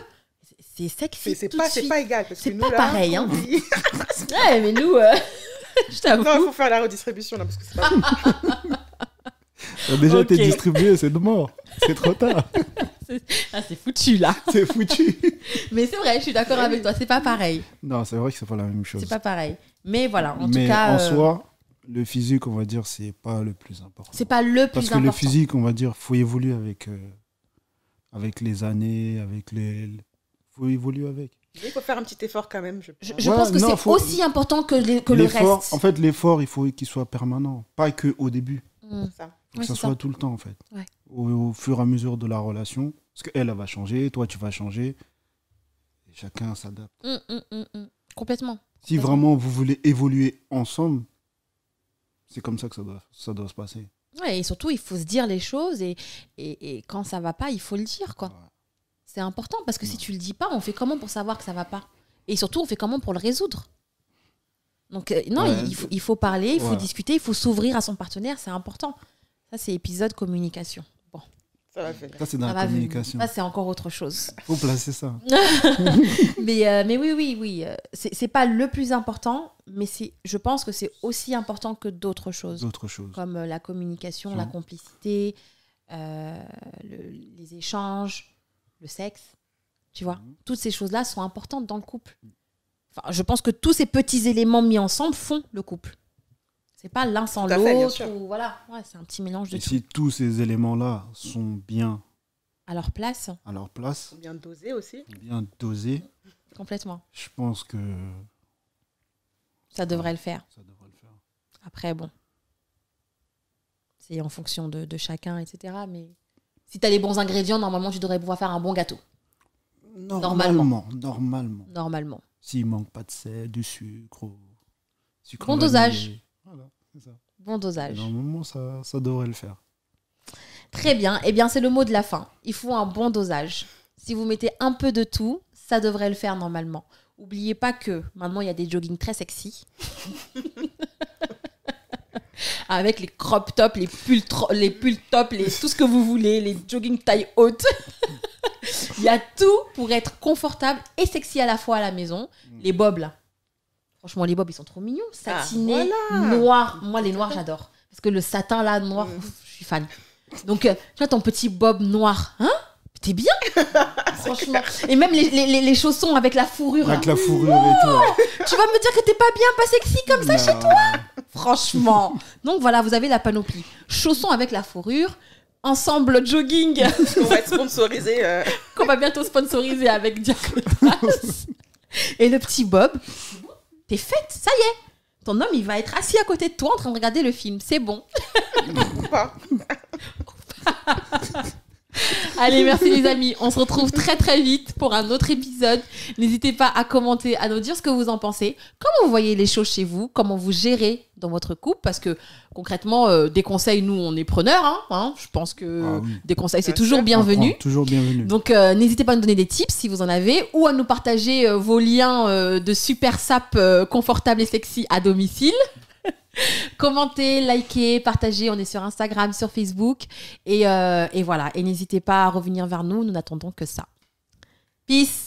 S1: c'est sexy.
S3: C'est c'est
S1: tout de
S3: pas, c'est
S1: suite. [laughs]
S3: pas égal. parce
S1: C'est
S3: que
S1: pas
S3: nous, là,
S1: pareil, hein.
S3: on
S1: [laughs]
S3: dit-
S1: Ouais, mais nous, euh, [laughs] je t'avoue.
S3: Non, il faut faire la redistribution, là, parce que
S1: [laughs]
S3: c'est pas bon.
S2: Ça a déjà
S1: Ok.
S2: été distribué, c'est de mort. C'est trop
S3: [laughs]
S2: tard.
S1: Ah, c'est foutu là.
S2: c'est foutu.
S1: Mais c'est vrai, je suis d'accord avec toi. C'est pas pareil.
S2: Non, c'est vrai que c'est pas la même chose.
S1: C'est pas pareil. Mais voilà, en
S2: Mais
S1: tout cas,
S2: en
S1: euh,
S2: soi, le physique, on va dire, c'est pas le plus important.
S1: c'est pas le plus
S2: Parce que
S1: important.
S2: le physique, on va dire, faut évoluer avec, euh, avec les années, avec les. faut évoluer avec.
S3: Il faut faire un petit effort quand même. Je pense.
S1: Je, je
S2: Ouais,
S1: pense que
S2: non,
S1: c'est
S2: faut-
S1: aussi important que, les- que le
S2: L'effort-
S1: reste.
S2: En fait, l'effort, il faut qu'il soit permanent, pas que au début.
S1: Mm.
S3: Ça.
S1: Ouais,
S2: Faut que ça
S1: c'est
S2: soit
S1: ça.
S2: tout le temps, en fait.
S1: Ouais.
S2: Au, au fur et à mesure de la relation. Parce qu'elle, elle va changer, toi, tu vas changer. Et chacun s'adapte.
S1: Mm, mm, mm, mm. Complètement.
S2: Si
S1: Complètement.
S2: vraiment vous voulez évoluer ensemble, c'est comme ça que ça doit, ça doit se passer.
S1: Ouais, et surtout, il faut se dire les choses et, et, et quand ça va pas, il faut le dire. quoi.
S2: Ouais.
S1: C'est important parce que si tu le dis pas, on fait comment pour savoir que ça va pas Et surtout, on fait comment pour le résoudre Donc, euh, non,
S2: Ouais.
S1: il, il faut, il faut parler, il faut
S2: Ouais.
S1: discuter, il faut s'ouvrir à son partenaire, c'est important. Ça, c'est épisode communication. Bon,
S3: Ça va venir.
S2: Ça, c'est dans
S1: ça
S2: la
S1: va venir.
S2: communication.
S1: Ça, c'est encore autre chose. [coughs]
S2: faut placer ça.
S1: mais, euh, mais oui, oui, oui. euh, C'est c'est pas le plus important, mais c'est- je pense que c'est aussi important que d'autres choses.
S2: D'autres choses.
S1: comme euh, la communication,
S2: Sure.
S1: la complicité, euh, le- les échanges, le sexe, tu vois.
S3: Mm-hmm.
S2: Mhm.
S1: Toutes ces choses-là sont importantes dans le couple. Enfin, je pense que tous ces petits éléments mis ensemble font le couple. C'est pas l'un sans
S3: Tout à fait, bien
S1: l'autre
S3: sûr.
S1: ou voilà, ouais, c'est un petit mélange de
S2: Et
S1: tout.
S2: si tous ces éléments-là sont bien
S1: À leur place,
S2: à leur place,
S3: Bien dosé aussi.
S2: bien dosés,
S1: complètement.
S2: je pense que
S1: Ça devrait le faire.
S2: ça devrait le faire.
S1: Après, bon, c'est en fonction de, de chacun, etc. Mais si tu as les bons ingrédients, normalement, tu devrais pouvoir faire un bon gâteau. Normalement.
S2: Normalement, normalement.
S1: Normalement.
S2: S'il manque pas de sel, de sucre, ou- sucre
S1: Bon
S2: vanillé.
S1: dosage.
S2: Voilà, c'est ça.
S1: Bon
S2: Et
S1: dosage.
S2: Normalement, ça, ça devrait le faire.
S1: Très bien. Eh bien, c'est le mot de la fin. Il faut un bon dosage. Si vous mettez un peu de tout, ça devrait le faire normalement. Oubliez pas que maintenant, il y a des joggings très sexy. [laughs] Avec les crop tops, les pulls, tro- les pulls tops, les, tout ce que vous voulez, les joggings taille haute. [laughs] il y a tout pour être confortable et sexy à la fois à la maison. Les bobs, là. Franchement, les bobs, ils sont trop mignons.
S3: Mm. Ah,
S1: Satinés,
S3: voilà.
S1: noirs. Moi, les noirs, j'adore. Parce que le satin, là, noir,
S3: Mm.
S1: ouf, je suis fan. Donc, euh, tu vois, ton petit bob noir, hein T'es bien Franchement. Et même les, les- les- les chaussons avec la fourrure.
S2: Avec
S1: là.
S2: la fourrure et tout.
S1: Tu vas me dire que t'es pas bien, pas sexy Oh, comme ça chez
S2: toi
S1: Franchement. Donc voilà, vous avez la panoplie. Chaussons avec la fourrure, ensemble jogging [laughs]
S3: On va être sponsorisé. euh,
S1: qu'on va bientôt sponsoriser avec Diacotas. Et le petit Bob, t'es faite, ça y est. Ton homme, il va être assis à côté de toi en train de regarder le film. C'est bon.
S3: ou pas.
S1: Allez, merci les amis. On se retrouve très très vite pour un autre épisode. N'hésitez pas à commenter, à nous dire ce que vous en pensez, comment vous voyez les choses chez vous, comment vous gérez dans votre couple, parce que concrètement, euh, des conseils, nous, on est preneurs. hein, hein. je pense que
S2: Ah oui.
S1: des conseils, c'est
S3: Bien
S1: toujours
S3: sûr.
S1: bienvenu.
S2: Toujours bienvenue.
S1: Donc euh, n'hésitez pas à nous donner des tips si vous en avez ou à nous partager euh, vos liens euh, de super sap euh, confortables et sexy à domicile. [laughs] Commentez, likez, partagez. On est sur Instagram, sur Facebook. Et, euh, et voilà. Et n'hésitez pas à revenir vers nous. Nous n'attendons que ça. Peace!